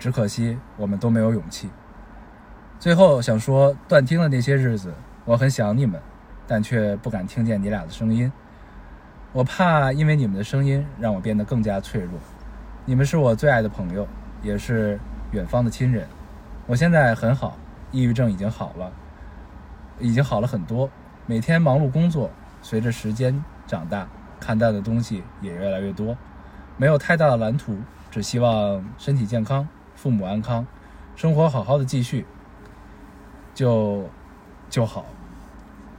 A: 只可惜我们都没有勇气。最后想说，断听的那些日子，我很想你们，但却不敢听见你俩的声音。我怕因为你们的声音让我变得更加脆弱。你们是我最爱的朋友，也是远方的亲人。我现在很好，抑郁症已经好了，已经好了很多。每天忙碌工作，随着时间长大，看到的东西也越来越多。没有太大的蓝图，只希望身体健康，父母安康，生活好好的继续，就就好。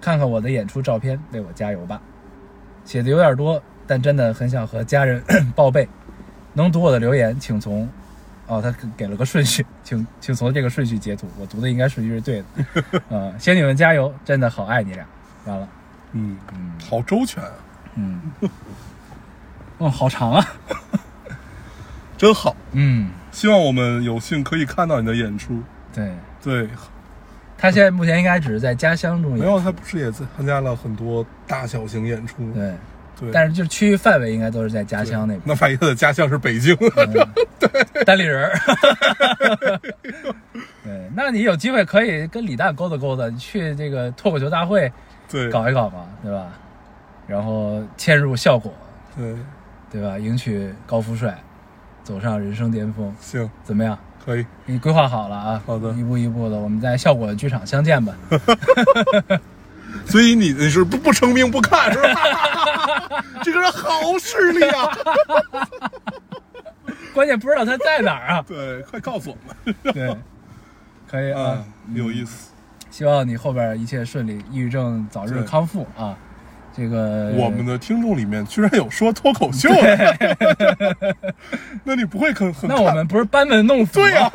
A: 看看我的演出照片，为我加油吧。写的有点多，但真的很想和家人 报备。能读我的留言，请从哦，他给了个顺序， 请请从这个顺序截图。我读的应该顺序是对的。 嗯，先你们加油，真的好爱你俩。完了，
B: 嗯，
A: 嗯
B: 好周全啊，
A: 嗯，哦，好长啊。
B: 真好。
A: 嗯，
B: 希望我们有幸可以看到你的演出。
A: 对。
B: 对，
A: 他现在目前应该只是在家乡中
B: 没
A: 演，
B: 有他不是也参加了很多大小型演出？
A: 对，
B: 对，
A: 但是就是区域范围应该都是在家
B: 家
A: 乡那边。嗯
B: 那万一他的家乡是北京，
A: 单立人儿。对，那你有机会可以跟李诞勾搭勾搭，你去这个脱口秀大会
B: 对，
A: 搞一搞嘛，对吧？然后嵌入效果，
B: 对，
A: 对吧？迎娶高富帅，走上人生巅峰，
B: 行，
A: 怎么样？
B: 可以，
A: 给你规划好了啊？
B: 好的
A: 一步一步的，我们在效果剧场相见吧。
B: 所以你你是不不成名不看是 吧？这个人好势利啊！？
A: 关键不知道他在哪儿啊
B: 对，快告诉我们
A: 对，可以啊
B: 啊。，有意思。
A: 希望你后边一切顺利，抑郁症早日
B: 对
A: 康复啊！这个
B: 我们的听众里面居然有说脱口秀的， 那你不会很很
A: 那我们不是班门弄斧吗？
B: 对 呀、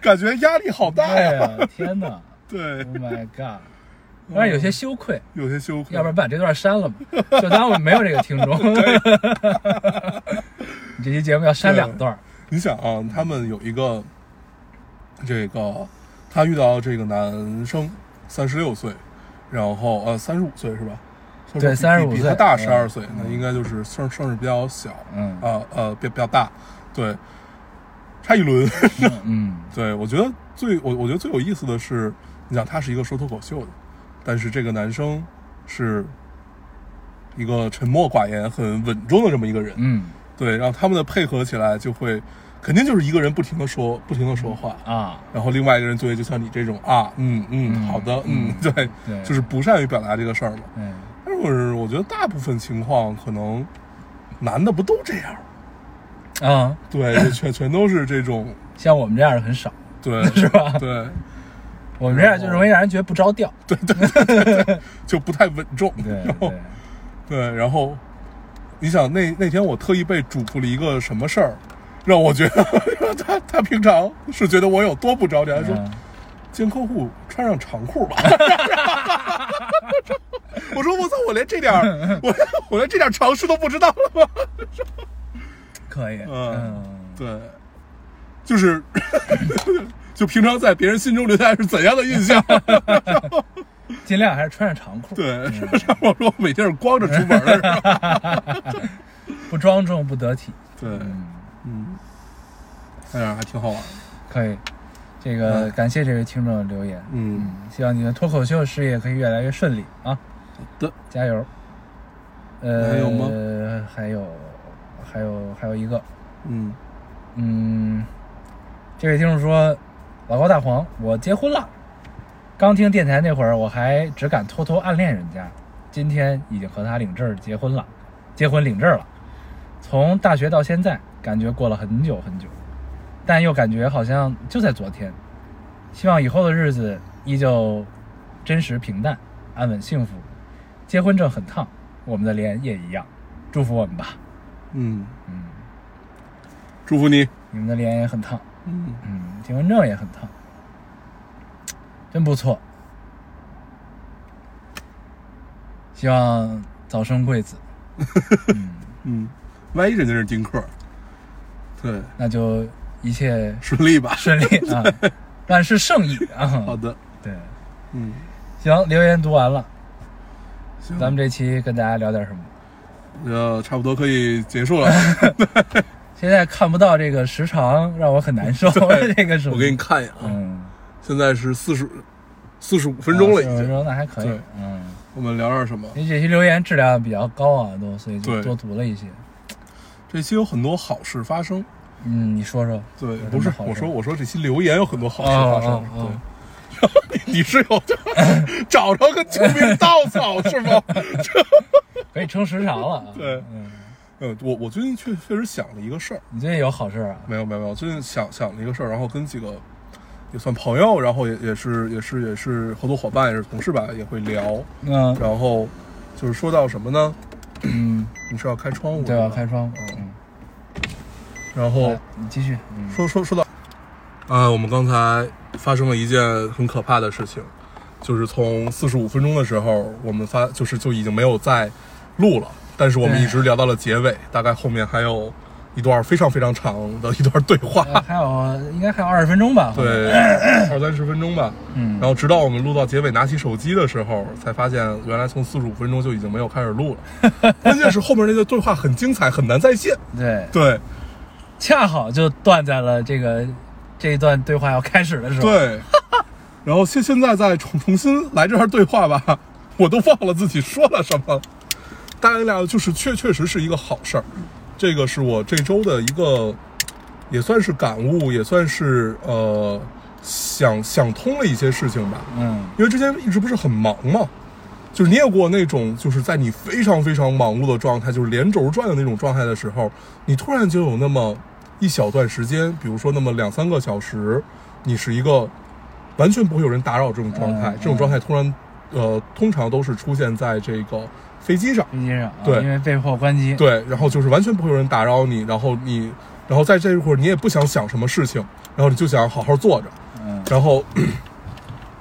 B: 感觉压力好大
A: 对
B: 哎呀、
A: 呀、天哪
B: 对
A: ！Oh，my god！当然有些羞愧，
B: 有些羞愧，
A: 要不然把这段删了吧，就当我们没有这个听众。 你 这期节目要删两段儿，
B: 你想啊，他们有一个这个，他遇到这个男生，三十六岁，然后呃三十五岁是吧？
A: 对
B: 35
A: 35
B: 比
A: 岁
B: 他大
A: 嗯
B: 十二岁，那应该就是生生日比较小，
A: 嗯
B: 啊呃比比较大，对，差一轮。
A: 嗯，
B: 对我觉得最我我觉得最有意思的是，你想他是一个说脱口秀的，但是这个男生是一个沉默寡言、很稳重的这么一个人，
A: 嗯
B: 对，然后他们的配合起来就会，肯定就是一个人不停的说，不停的说话，
A: 啊，
B: 然后另外一个人作为就像你这种啊，嗯嗯，
A: 嗯
B: 好的，
A: 嗯
B: 嗯，对，
A: 对
B: 就是不善于表达这个事儿嘛。
A: 嗯，
B: 但是我觉得大部分情况可能男的不都这样，
A: 啊，
B: 对， 就全全都是这种，
A: 像我们这样的很少，
B: 对，
A: 是吧
B: 对，
A: 我们这样就容易让人觉得不着调。
B: 就不太稳重，
A: 对
B: 然后
A: 对，
B: 对，然后你想那那天我特意被嘱咐了一个什么事儿，让我觉得 他他平常是觉得我有多不着调，还说。
A: 嗯
B: 见客户穿上长裤吧。 我说我操，我连这点 儿，我我连这点儿常识都不知道了吗？
A: 可以，
B: 嗯
A: 嗯，
B: 对，就是 就平常在别人心中留下是怎样的印象？
A: 尽量还是穿上长裤，
B: 对， 我说我每天是光着出门的，是吧？
A: 不庄重不得体。
B: 对，
A: 嗯，
B: 嗯，哎呀，还挺好玩的。
A: 可以，这个
B: 嗯
A: 感谢这位听众的留言，
B: 嗯，
A: 希望你的脱口秀事业可以越来越顺利啊！好
B: 的，
A: 加油。呃，
B: 还有
A: 吗？还有，还有，还有一个，
B: 嗯，
A: 嗯，这位听众说，老高大黄，我结婚了。刚听电台那会儿，我还只敢偷偷暗恋人家，今天已经和他领证儿结婚了，结婚领证儿了。从大学到现在，感觉过了很久很久，但又感觉好像就在昨天。希望以后的日子依旧真实平淡、安稳幸福。结婚证很烫，我们的脸也一样，祝福我们吧。
B: 嗯，
A: 嗯，
B: 祝福你。
A: 你们的脸也很烫，
B: 嗯，
A: 嗯，结婚证也很烫，真不错。希望早生贵子。嗯，
B: 嗯，万一人家是丁克儿，对，
A: 那就一切
B: 顺利吧。
A: 顺利啊，万事胜意啊。
B: 好的，
A: 对，
B: 嗯，
A: 行，留言读完了，
B: 行，
A: 咱们这期跟大家聊点什么？
B: 呃差不多可以结束了。
A: 现在看不到这个时长，让 我很难受。
B: 对
A: 这个是
B: 我给你，看一眼啊，
A: 嗯，
B: 现在是四十四十五分钟了，已
A: 40分
B: 经。
A: 钟那还可以
B: 对，
A: 嗯，
B: 我们聊点什么？
A: 因为这期留言质量比较高啊，都所以就
B: 对
A: 多读了一些。
B: 这期有很多好事发生。
A: 嗯，你说说，
B: 对，
A: 有什么
B: 不是
A: 好事
B: 我说，我说这期留言有很多好事发生。
A: 哦哦哦
B: 对， 你你是有找着个救命稻草是 吗？
A: 可以撑时长了啊。
B: 对
A: 嗯，
B: 呃，我我最近确确实想了一个事儿，
A: 你最近有好事啊？
B: 没有没有没有，最近想想了一个事儿，然后跟几个也算朋友，然后也也是也是也是合作伙伴，也是同事吧，也会聊。
A: 那
B: 然后就是说到什么呢？
A: 嗯，
B: 你是要开窗户
A: 对吧？
B: 吧
A: 开窗户，嗯，
B: 然后
A: 来你继续，嗯，
B: 说说说到，啊，我们刚才发生了一件很可怕的事情，就是从四十五分钟的时候，我们发就是就已经没有再录了，但是我们
A: 对
B: 一直聊到了结尾，大概后面还有一段非常非常长的一段对话，
A: 呃还有应该还有二十分钟吧？好像，
B: 对，二三十分钟吧。
A: 嗯
B: 然，后直到我们录到结尾，拿起手机的时候，才发现原来从四十五分钟就已经没有开始录 了。关键是后面那个对话很精彩，很难再现。
A: 对，
B: 对
A: 恰好就断在了这个这一段对话要开始的时候。，
B: 对，然后现现在再重重新来这段对话吧， 我都忘了自己说了什么。大概俩就是确确实是一个好事儿，这个是我这周的一个，也算是感悟，也算是呃想想通了一些事情吧。
A: 嗯，
B: 因为之前一直不是很忙嘛，就是你也过那种就是在你非常非常忙碌的状态，就是连轴转的那种状态的时候，你突然就有那么一小段时间，比如说那么两三个小时，你是一个完全不会有人打扰这种状态，
A: 嗯
B: 这种状态突然呃通常都是出现在这个飞机上，
A: 飞机上啊，
B: 对
A: 因为被迫关机。，
B: 对，然后就是完全不会有人打扰你，然后你然后在这一会儿你也不想想什么事情，然后你就想好好坐着。
A: 嗯，
B: 然后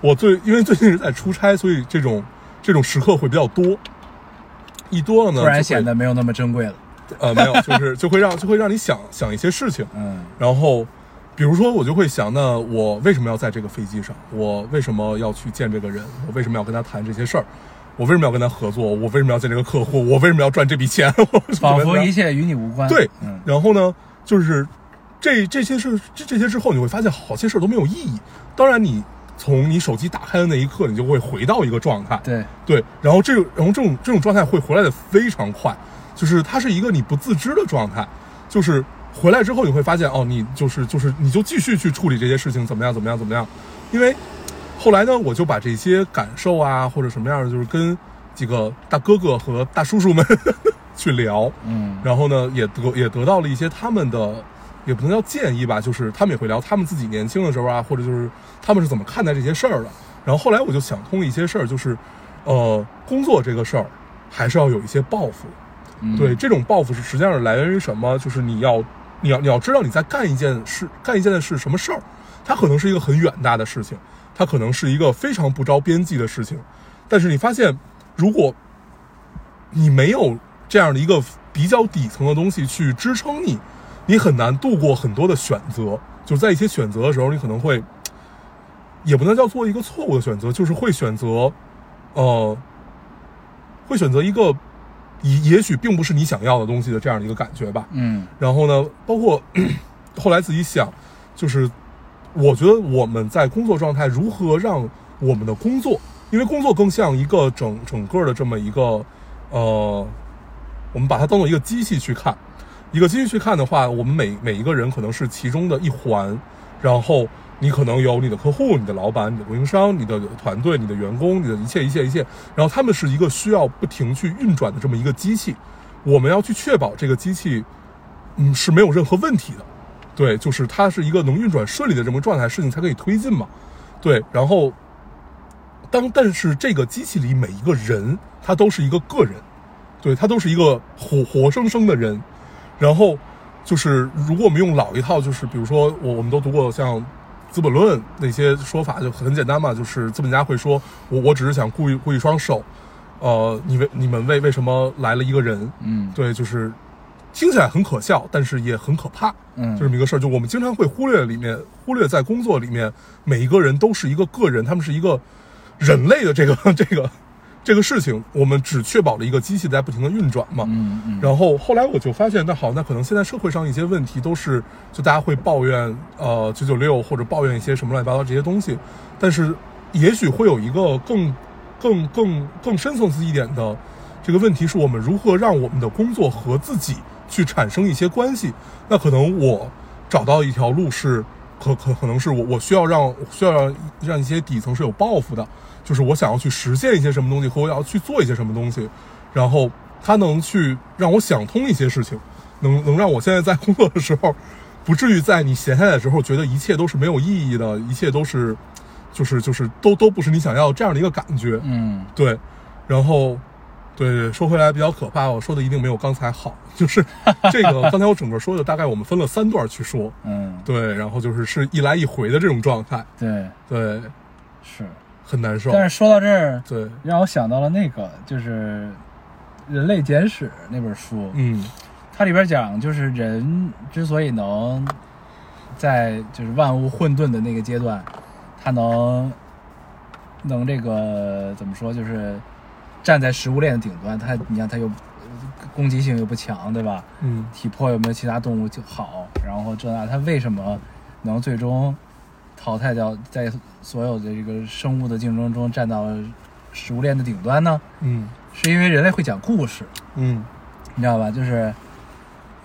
B: 我最因为最近是在出差，所以这种这种时刻会比较多。一多了呢，
A: 突然
B: 就会
A: 显得没有那么珍贵了。
B: 呃没有，就是就会让就会让你想想一些事情。
A: 嗯
B: 然后，比如说我就会想，那我为什么要在这个飞机上？我为什么要去见这个人？我为什么要跟他谈这些事儿？我为什么要跟他合作？我为什么要见这个客户？我为什么要赚这笔钱？ 我为什么
A: 仿
B: 要
A: 佛一切与你无关。
B: 对
A: 嗯，
B: 然后呢，就是这这些事这这些之后，你会发现好些事儿都没有意义。当然，你从你手机打开的那一刻，你就会回到一个状态。
A: 对，
B: 对，然后这个，然后这种这种状态会回来的非常快，就是它是一个你不自知的状态，就是回来之后你会发现，哦，你就是就是你就继续去处理这些事情，怎么样怎么样怎么样，因为后来呢，我就把这些感受啊或者什么样的，就是跟几个大哥哥和大叔叔们 去聊，
A: 嗯
B: 然后呢，也得也得到了一些他们的，也不能叫建议吧，就是他们也会聊他们自己年轻的时候啊，或者就是他们是怎么看待这些事儿的。然后后来我就想通了一些事儿，就是，呃，工作这个事儿还是要有一些抱负。
A: 嗯
B: 对，这种抱负是实际上是来源于什么？就是你要你要你要知道你在干一件事，干一件的是什么事儿，它可能是一个很远大的事情，它可能是一个非常不着边际的事情，但是你发现，如果你没有这样的一个比较底层的东西去支撑你，你很难度过很多的选择。就是在一些选择的时候，你可能会，也不能叫做一个错误的选择，就是会选择，呃，会选择一个也也许并不是你想要的东西的这样的一个感觉吧。
A: 嗯
B: 然后呢，包括 后来自己想，就是我觉得我们在工作状态如何让我们的工作，因为工作更像一个整整个的这么一个呃，我们把它当做一个机器去看，一个机器去看的话，我们每每一个人可能是其中的一环，然后。你可能有你的客户、你的老板、你的供应商、你的团队、你的员工、你的一切一切一切，然后他们是一个需要不停去运转的这么一个机器，我们要去确保这个机器嗯，是没有任何问题的。对，就是它是一个能运转顺利的这么个状态，事情才可以推进嘛。对，然后当但是这个机器里每一个人，他都是一个个人，对他都是一个活活生生的人。然后就是如果我们用老一套，就是比如说我我们都读过像《资本论》那些说法，就很简单嘛，就是资本家会说，我我只是想雇一雇一双手，呃，你为你们为为什么来了一个人？
A: 嗯
B: 对，就是听起来很可笑，但是也很可怕。
A: 嗯
B: 就这么一个事儿，就我们经常会忽略里面，忽略在工作里面，每一个人都是一个个人，他们是一个人类的这个 这个这个事情，我们只确保了一个机器在不停的运转嘛。
A: 嗯嗯，
B: 然后后来我就发现，那好，那可能现在社会上一些问题都是，就大家会抱怨呃九九六或者抱怨一些什么乱七八糟这些东西，但是也许会有一个更更更更深层次一点的这个问题，是我们如何让我们的工作和自己去产生一些关系。那可能我找到一条路是。可可可能是我我需要让需要让让一些底层是有抱负的，就是我想要去实现一些什么东西和我要去做一些什么东西，然后它能去让我想通一些事情，能能让我现在在工作的时候，不至于在你闲下来的时候觉得一切都是没有意义的，一切都是，就是就是都都不是你想要这样的一个感觉。
A: 嗯
B: 对，然后对对，说回来比较可怕，我说的一定没有刚才好，就是这个刚才我整个说的大概我们分了三段去说，
A: 嗯，
B: 对，然后就是是一来一回的这种状态，
A: 对
B: 对，
A: 是。
B: 很难受。
A: 但是说到这儿，
B: 对，
A: 让我想到了那个就是《人类简史》那本书，
B: 嗯
A: 它里边讲就是人之所以能在就是万物混沌的那个阶段，他能能这个怎么说就是站在食物链的顶端，他你看他又攻击性又不强，对吧？
B: 嗯
A: 体魄有没有其他动物就好，然后这那它为什么能最终淘汰掉在所有的这个生物的竞争中站到食物链的顶端呢？
B: 嗯
A: 是因为人类会讲故事，
B: 嗯，
A: 你知道吧？就是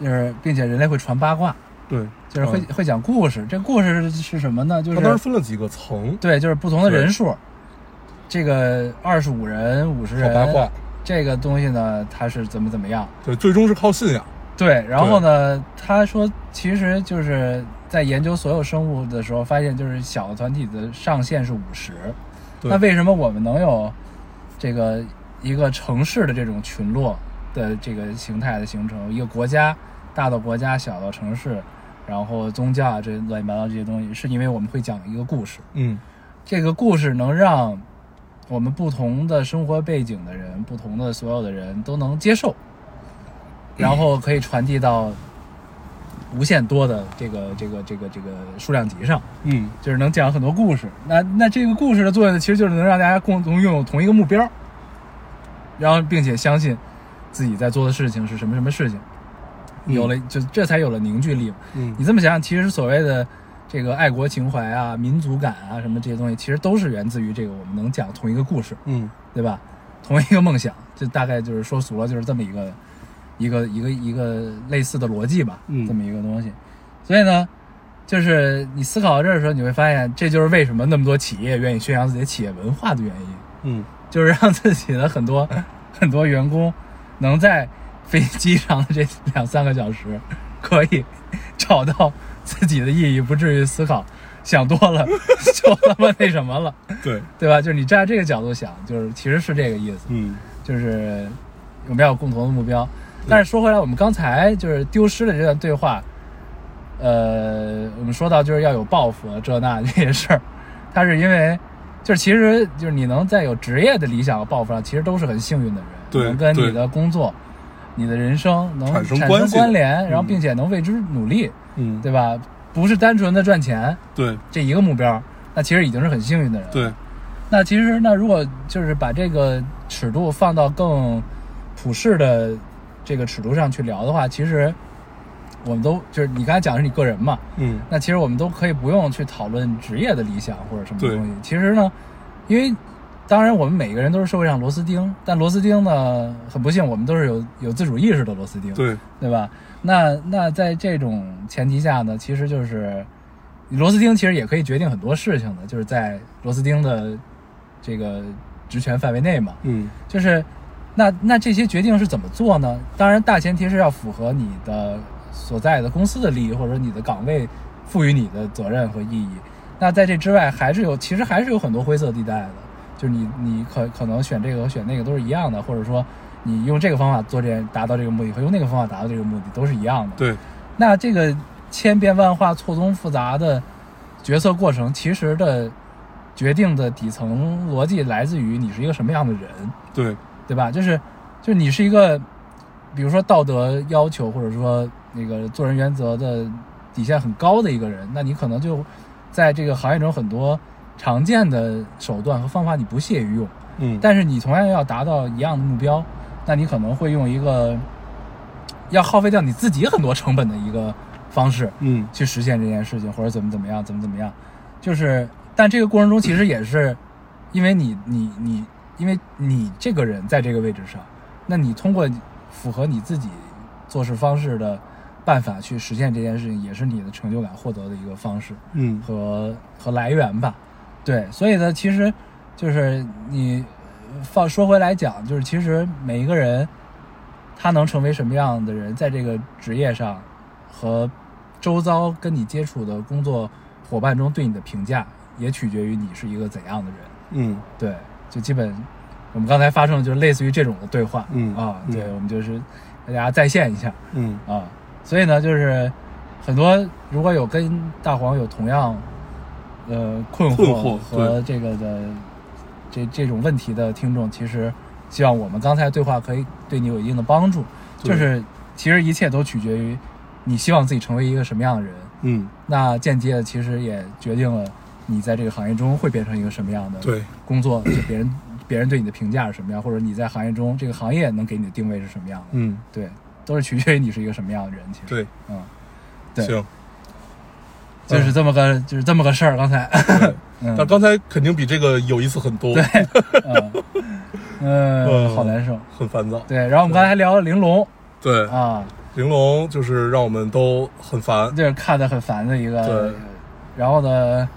A: 就是，并且人类会传八卦，
B: 对，嗯
A: 就是会、会讲故事。这故事是什么呢？就
B: 他当时
A: 是
B: 分了几个层，
A: 对，就是不同的
B: 对
A: 人数，这个二十五人、五十
B: 好八
A: 人
B: 卦，，
A: 这个东西呢，它是怎么怎么样？
B: 对，最终是靠信仰。
A: 对，然后呢，他说，其实就是在研究所有生物的时候，发现就是小的团体的上限是五十。
B: 对
A: 那为什么我们能有这个一个城市的这种群落的这个形态的形成？一个国家，大到国家，小到城市，然后宗教啊这乱七八糟这些东西，是因为我们会讲一个故事。
B: 嗯
A: 这个故事能让我们不同的生活背景的人、不同的所有的人都能接受，然后可以传递到无限多的这个这个这个这个数量级上，
B: 嗯
A: 就是能讲很多故事。那那这个故事的作用呢，其实就是能让大家共同拥有同一个目标，然后并且相信自己在做的事情是什么什么事情，
B: 嗯
A: 有了就这才有了凝聚力嘛。
B: 嗯
A: 你这么想想，其实所谓的这个爱国情怀啊、民族感啊什么这些东西，其实都是源自于这个我们能讲同一个故事，
B: 嗯
A: 对吧？同一个梦想，这大概就是说俗了，就是这么一个一个一个一个类似的逻辑吧，
B: 嗯
A: 这么一个东西。所以呢，就是你思考到这儿的时候，你会发现，这就是为什么那么多企业愿意宣扬自己的企业文化的原因。
B: 嗯
A: 就是让自己的很多 很多员工能在飞机上的这两三个小时， 可以找到自己的意义，不至于思考想多了 就他妈那什么了，
B: 嗯对，
A: 对吧？就是你站在这个角度想，就是其实是这个意思，
B: 嗯
A: 就是我们要有共同的目标。但是说回来，我们刚才就是丢失了这段对话，呃，我们说到就是要有抱负啊，这那这些事儿，他是因为就是其实就是你能在有职业的理想和抱负上，其实都是很幸运的人，
B: 对
A: 能跟
B: 对
A: 你的工作、你的人生能
B: 产
A: 产
B: 生
A: 生
B: 关系的
A: 关联，然后
B: 嗯
A: 并且能为之努力，
B: 嗯
A: 对吧？不是单纯的赚钱
B: 对
A: 这一个目标，那其实已经是很幸运的人了。
B: 对
A: 那其实呢，如果就是把这个尺度放到更普世的这个尺度上去聊的话，其实我们都就是你刚才讲的是你个人嘛，
B: 嗯
A: 那其实我们都可以不用去讨论职业的理想或者什么
B: 对
A: 东西。其实呢，因为当然我们每个人都是社会上螺丝钉，但螺丝钉呢，很不幸我们都是有有自主意识的螺丝钉，
B: 对
A: 对吧？那那在这种前提下呢，其实就是螺丝钉其实也可以决定很多事情的，就是在螺丝钉的这个职权范围内嘛。
B: 嗯
A: 就是那那这些决定是怎么做呢？当然，大前提是要符合你的所在的公司的利益，或者你的岗位赋予你的责任和意义。那在这之外，还是有其实还是有很多灰色地带的。就是你你可可能选这个和选那个都是一样的，或者说你用这个方法做这达到这个目的和用那个方法达到这个目的都是一样的。
B: 对，
A: 那这个千变万化、错综复杂的决策过程，其实的决定的底层逻辑来自于你是一个什么样的人，
B: 对，
A: 对吧？就是就是你是一个，比如说道德要求或者说那个做人原则的底线很高的一个人，那你可能就在这个行业中很多常见的手段和方法你不屑于用，
B: 嗯，
A: 但是你同样要达到一样的目标，那你可能会用一个要耗费掉你自己很多成本的一个方式
B: 嗯，
A: 去实现这件事情，或者怎么怎么样，怎么怎么样，就是，但这个过程中其实也是，因为你你你，因为你这个人在这个位置上，那你通过符合你自己做事方式的办法去实现这件事情，也是你的成就感获得的一个方式。
B: 嗯，
A: 和和来源吧。对，所以呢，其实就是你放说回来讲，就是其实每一个人他能成为什么样的人，在这个职业上和周遭跟你接触的工作伙伴中对你的评价，也取决于你是一个怎样的人。
B: 嗯，
A: 对，就基本我们刚才发生的就是类似于这种的对话。
B: 嗯
A: 啊，
B: 嗯
A: 对，我们就是给大家再现一下。
B: 嗯，
A: 啊，所以呢，就是很多如果有跟大黄有同样呃困
B: 困
A: 惑
B: 惑
A: 和这个的这这种问题的听众，其实希望我们刚才对话可以对你有一定的帮助。
B: 对
A: 就是其实一切都取决于你希望自己成为一个什么样的人，
B: 嗯，
A: 那间接的其实也决定了你在这个行业中会变成一个什么样的
B: 对，
A: 工作，就别人别人对你的评价是什么样，或者你在行业中这个行业能给你的定位是什么样的。
B: 嗯，
A: 对，都是取决于你是一个什么样的人。其实，
B: 对，
A: 嗯，对
B: 行。
A: 就是这么个，就是这么个事儿。刚才，
B: 嗯 对
A: 嗯，
B: 但刚才肯定比这个有意思很多，
A: 嗯，嗯，
B: 嗯
A: 好难受。
B: 很烦躁。
A: 对，然后我们刚才还聊了玲珑
B: 对，
A: 啊，
B: 玲珑就是让我们都很烦。
A: 就是看的很烦的一个
B: 对。
A: 然后呢，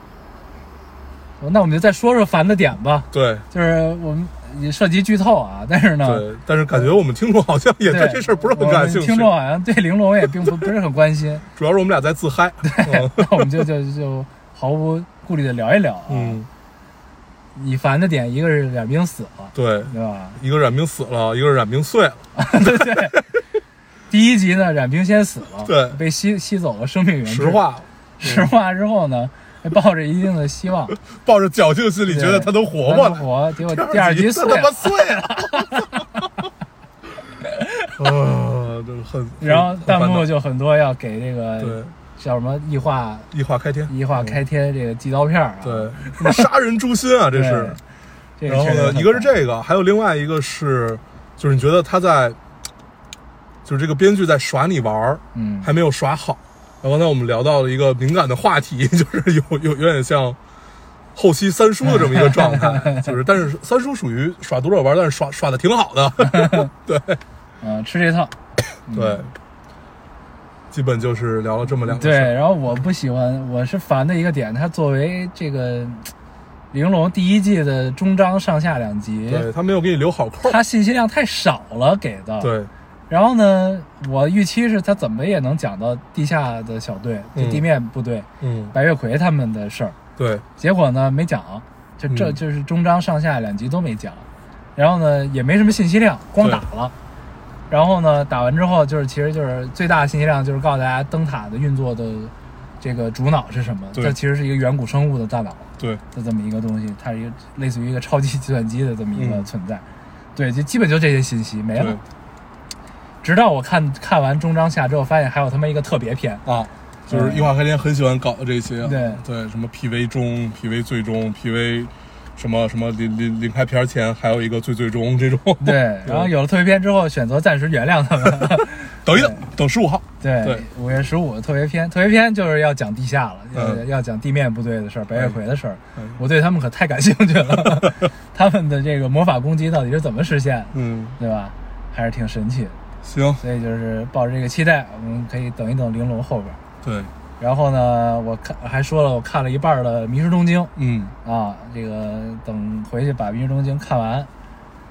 A: 那我们就再说说烦的点吧，
B: 对
A: 就是我们也涉及剧透啊，但是呢，
B: 对，但是感觉我们听众好像也
A: 对
B: 对这事儿不是很感兴
A: 我们
B: 趣，
A: 听众啊好像对玲珑也并不不是很关心，
B: 主要是我们俩在自嗨。嗯
A: 那我们就就就毫无顾虑的聊一聊啊。
B: 嗯，
A: 你烦的点，一个是冉冰死了，
B: 对，
A: 对吧？
B: 一个冉冰死了，一个冉冰碎了。
A: 对对。第一集呢，冉冰先死了，
B: 对
A: 被吸吸走了生命源。
B: 实，话，
A: 石化之后呢， 还抱着一定的希望，
B: 抱着侥幸心理，
A: 对
B: 觉得他能活过
A: 还能
B: 来。
A: 活，结果第二集碎
B: 他他妈
A: 了，
B: 碎 了。啊，这很。
A: 然后
B: 很
A: 弹幕
B: 很
A: 就很多要给这
B: 烦恼
A: 个
B: 对
A: 叫什么异化
B: 异化开天，
A: 异化开天这个寄刀片儿啊，
B: 对什么杀人诛心啊，这是。
A: 对，这个
B: 然后
A: 确实
B: 呢，
A: 很
B: 一个是
A: 烦，
B: 这个，还有另外一个是，就是你觉得他在，就是这个编剧在耍你玩儿，
A: 嗯，
B: 还没有耍好。然后刚才我们聊到了一个敏感的话题， 就是有有有点像后期三叔的这么一个状 态，就是但是三叔属于耍多了玩儿，但是耍耍的挺好 的，
A: 嗯，吃这套，
B: 对。基本嗯就是聊了这么两个事
A: 对，
B: 儿，
A: 然后我不喜欢，我是烦的一个点，它作为这个玲珑第一季的终章上下两集，
B: 对他没有给你留好扣儿，
A: 它信息量太少了给的，。
B: 对
A: 然后呢，我预期是他怎么也能讲到地下的小队，就
B: 嗯
A: 地面部队、
B: 嗯
A: 白月葵他们的事儿。
B: 对
A: 结果呢，没讲，就这
B: 嗯
A: 就是中章上下两集都没讲。然后呢，也没什么信息量，光
B: 对
A: 打了。然后呢，打完之后就是，其实就是最大的信息量就是告诉大家灯塔的运作的这个主脑是什么。
B: 对
A: 这其实是一个远古生物的大脑。
B: 对
A: 的这么一个东西，它是一个类似于一个超级计算机的这么一个
B: 嗯
A: 存在。对，就基本就这些信息没
B: 对
A: 了。直到我看看完中章下之后，发现还有他妈一个特别篇，
B: 啊，就是
A: 嗯
B: 异化开天很喜欢搞的这些啊，
A: 对
B: 对，什么 PV 中、PV 最终、PV 什么什么临临临开篇前还有一个最最终这种，
A: 对，然后有了特别篇之后，选择暂时原谅他们。
B: 等一等，等十五号，
A: 对
B: 对，
A: 五月十五特别篇，特别篇就是要讲地下了，要
B: 嗯
A: 要讲地面部队的事儿，白月葵的事儿
B: 嗯。
A: 我对他们可太感兴趣 了， 他们的这个魔法攻击到底是怎么实现的，
B: 嗯，
A: 对吧？还是挺神奇的。
B: 行，
A: 所以就是抱着这个期待，我们可以等一等玲珑后边儿。
B: 对，
A: 然后呢，我看还说了，我看了一半儿的《迷失东京》
B: 嗯
A: 啊，这个等回去把《迷失东京》看完，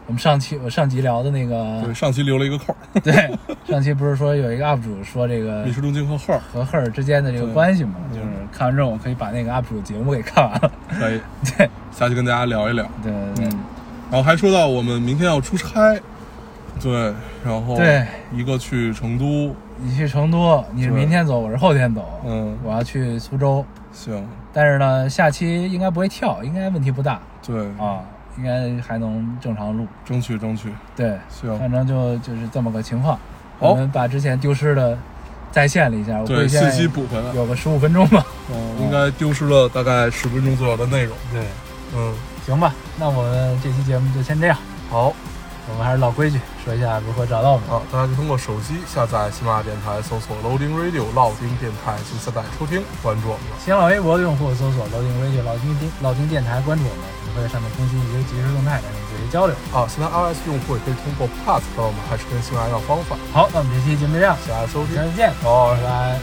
A: 我们上期我上集聊的那
B: 对，
A: 个，
B: 上期留了一个扣，
A: 对，上期不是说有一个 UP 主说这个
B: 李氏东京和 Her
A: 和赫尔之间的这个关系嘛？就是看完之后，我可以把那个 UP 主节目给看完了。
B: 可以
A: 对，
B: 下去跟大家聊一聊。
A: 对对对
B: 嗯，然后还说到我们明天要出差，对，然后
A: 对
B: 一个去成都，
A: 你去成都，你是
B: 对
A: 明天走，我是后天走，
B: 嗯
A: 我要去苏州。
B: 行，
A: 但是呢，下期应该不会跳，应该问题不大
B: 对，
A: 啊，应该还能正常录。
B: 争取争取，
A: 对，
B: 行
A: 反正就就是这么个情况。
B: 嗯好
A: 我们把之前丢失的再现了一下，我估
B: 对，
A: 计现
B: 信息
A: 在
B: 补回来，
A: 有哦个十五分钟吧。
B: 嗯，应该丢失了大概十分钟左右的内容，
A: 对，
B: 嗯，
A: 行吧，那我们这期节目就先这样。好，我们还是老规矩，说一下如何找到我们。
B: 啊，大家可以通过手机下载喜马拉雅电台，搜索 Loading Radio 老丁电台进行下载收听，关注我们。
A: 新浪微博的用户搜索“老丁 radio” 老丁电老丁电台，关注我们，我们会在上面更新一些即时动态，跟你随意交流。
B: 啊，现在 iOS 用户也可以通过 Plus 和我们还是跟喜马拉雅一样方法，
A: 好，那我们这期节目这样，
B: 大家收听
A: 下。次见，拜拜。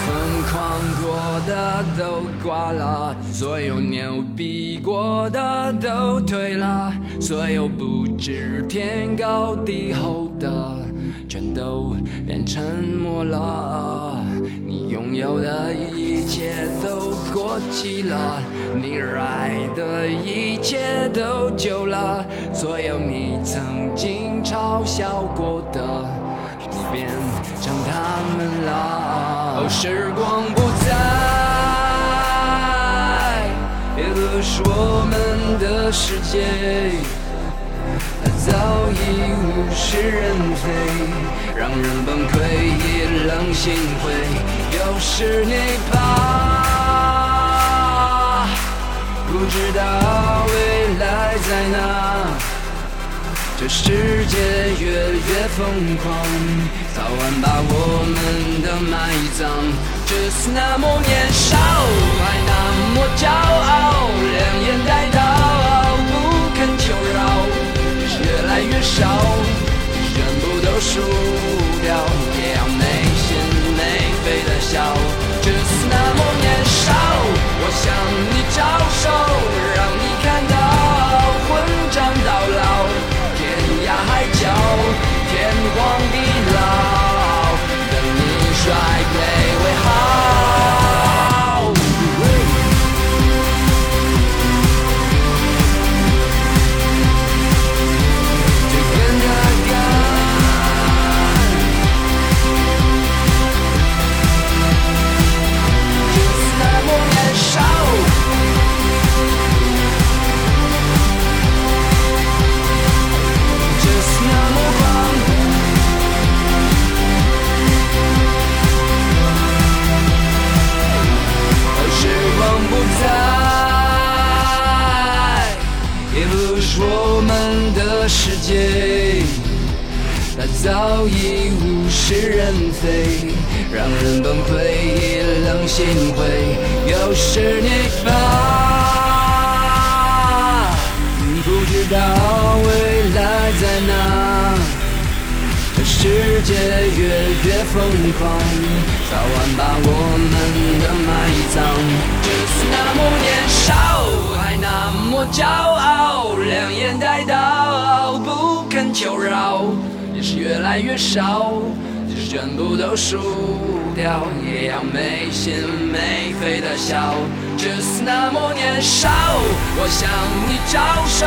C: 疯狂过的都挂了，所有牛逼过的都退了，所有不知天高地厚的，全都变沉默了。你拥有的一切都过期了，你热爱的一切都旧了，所有你曾经嘲笑过的。你变成他们了。哦，时光不再，也不是我们的世界，它早已物是人非，让人崩溃，也冷心灰。有时你怕，不知道未来在哪。这世界越越疯狂，早晚把我们的埋葬。只是那么年少，还那么骄傲，两眼带刀，不肯求饶，越来越少，全部都输掉，也要没心没肺的笑。只是那么年少，我向你招手，让你看到混账到老。天涯海角，天荒地老，等你衰退为好。就跟着干。就是那么年少。Just now around. Oh, 时光不再，也不是我们的世界，它早已物是人非，让人崩溃，也冷心灰。有时你发，不知道未来在哪。这世界越越疯狂，早晚把我们的埋葬。只是那么年少，还那么骄傲，两眼带刀，不肯求饶，也是越来越少，就是全部都输掉，也要没心没肺的笑。只是那么年少，我向你招手，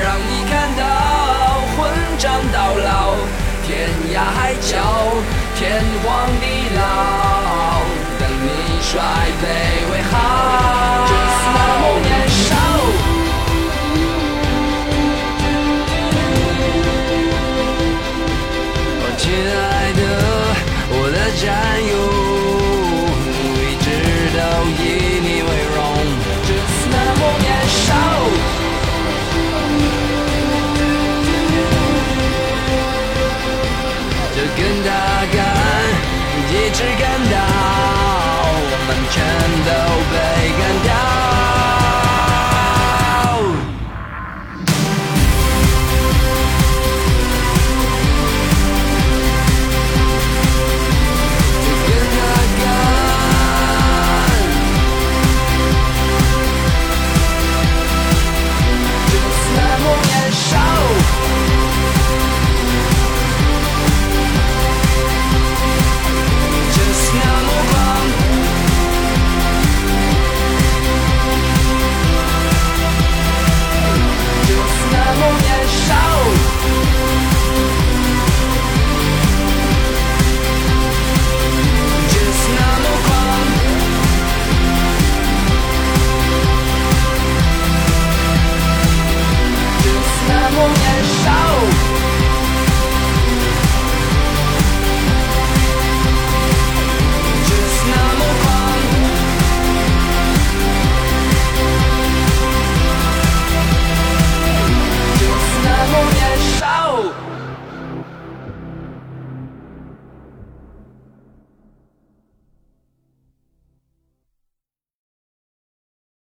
C: 让你看到混账到老。天涯海角，天荒地老，等你衰退为好。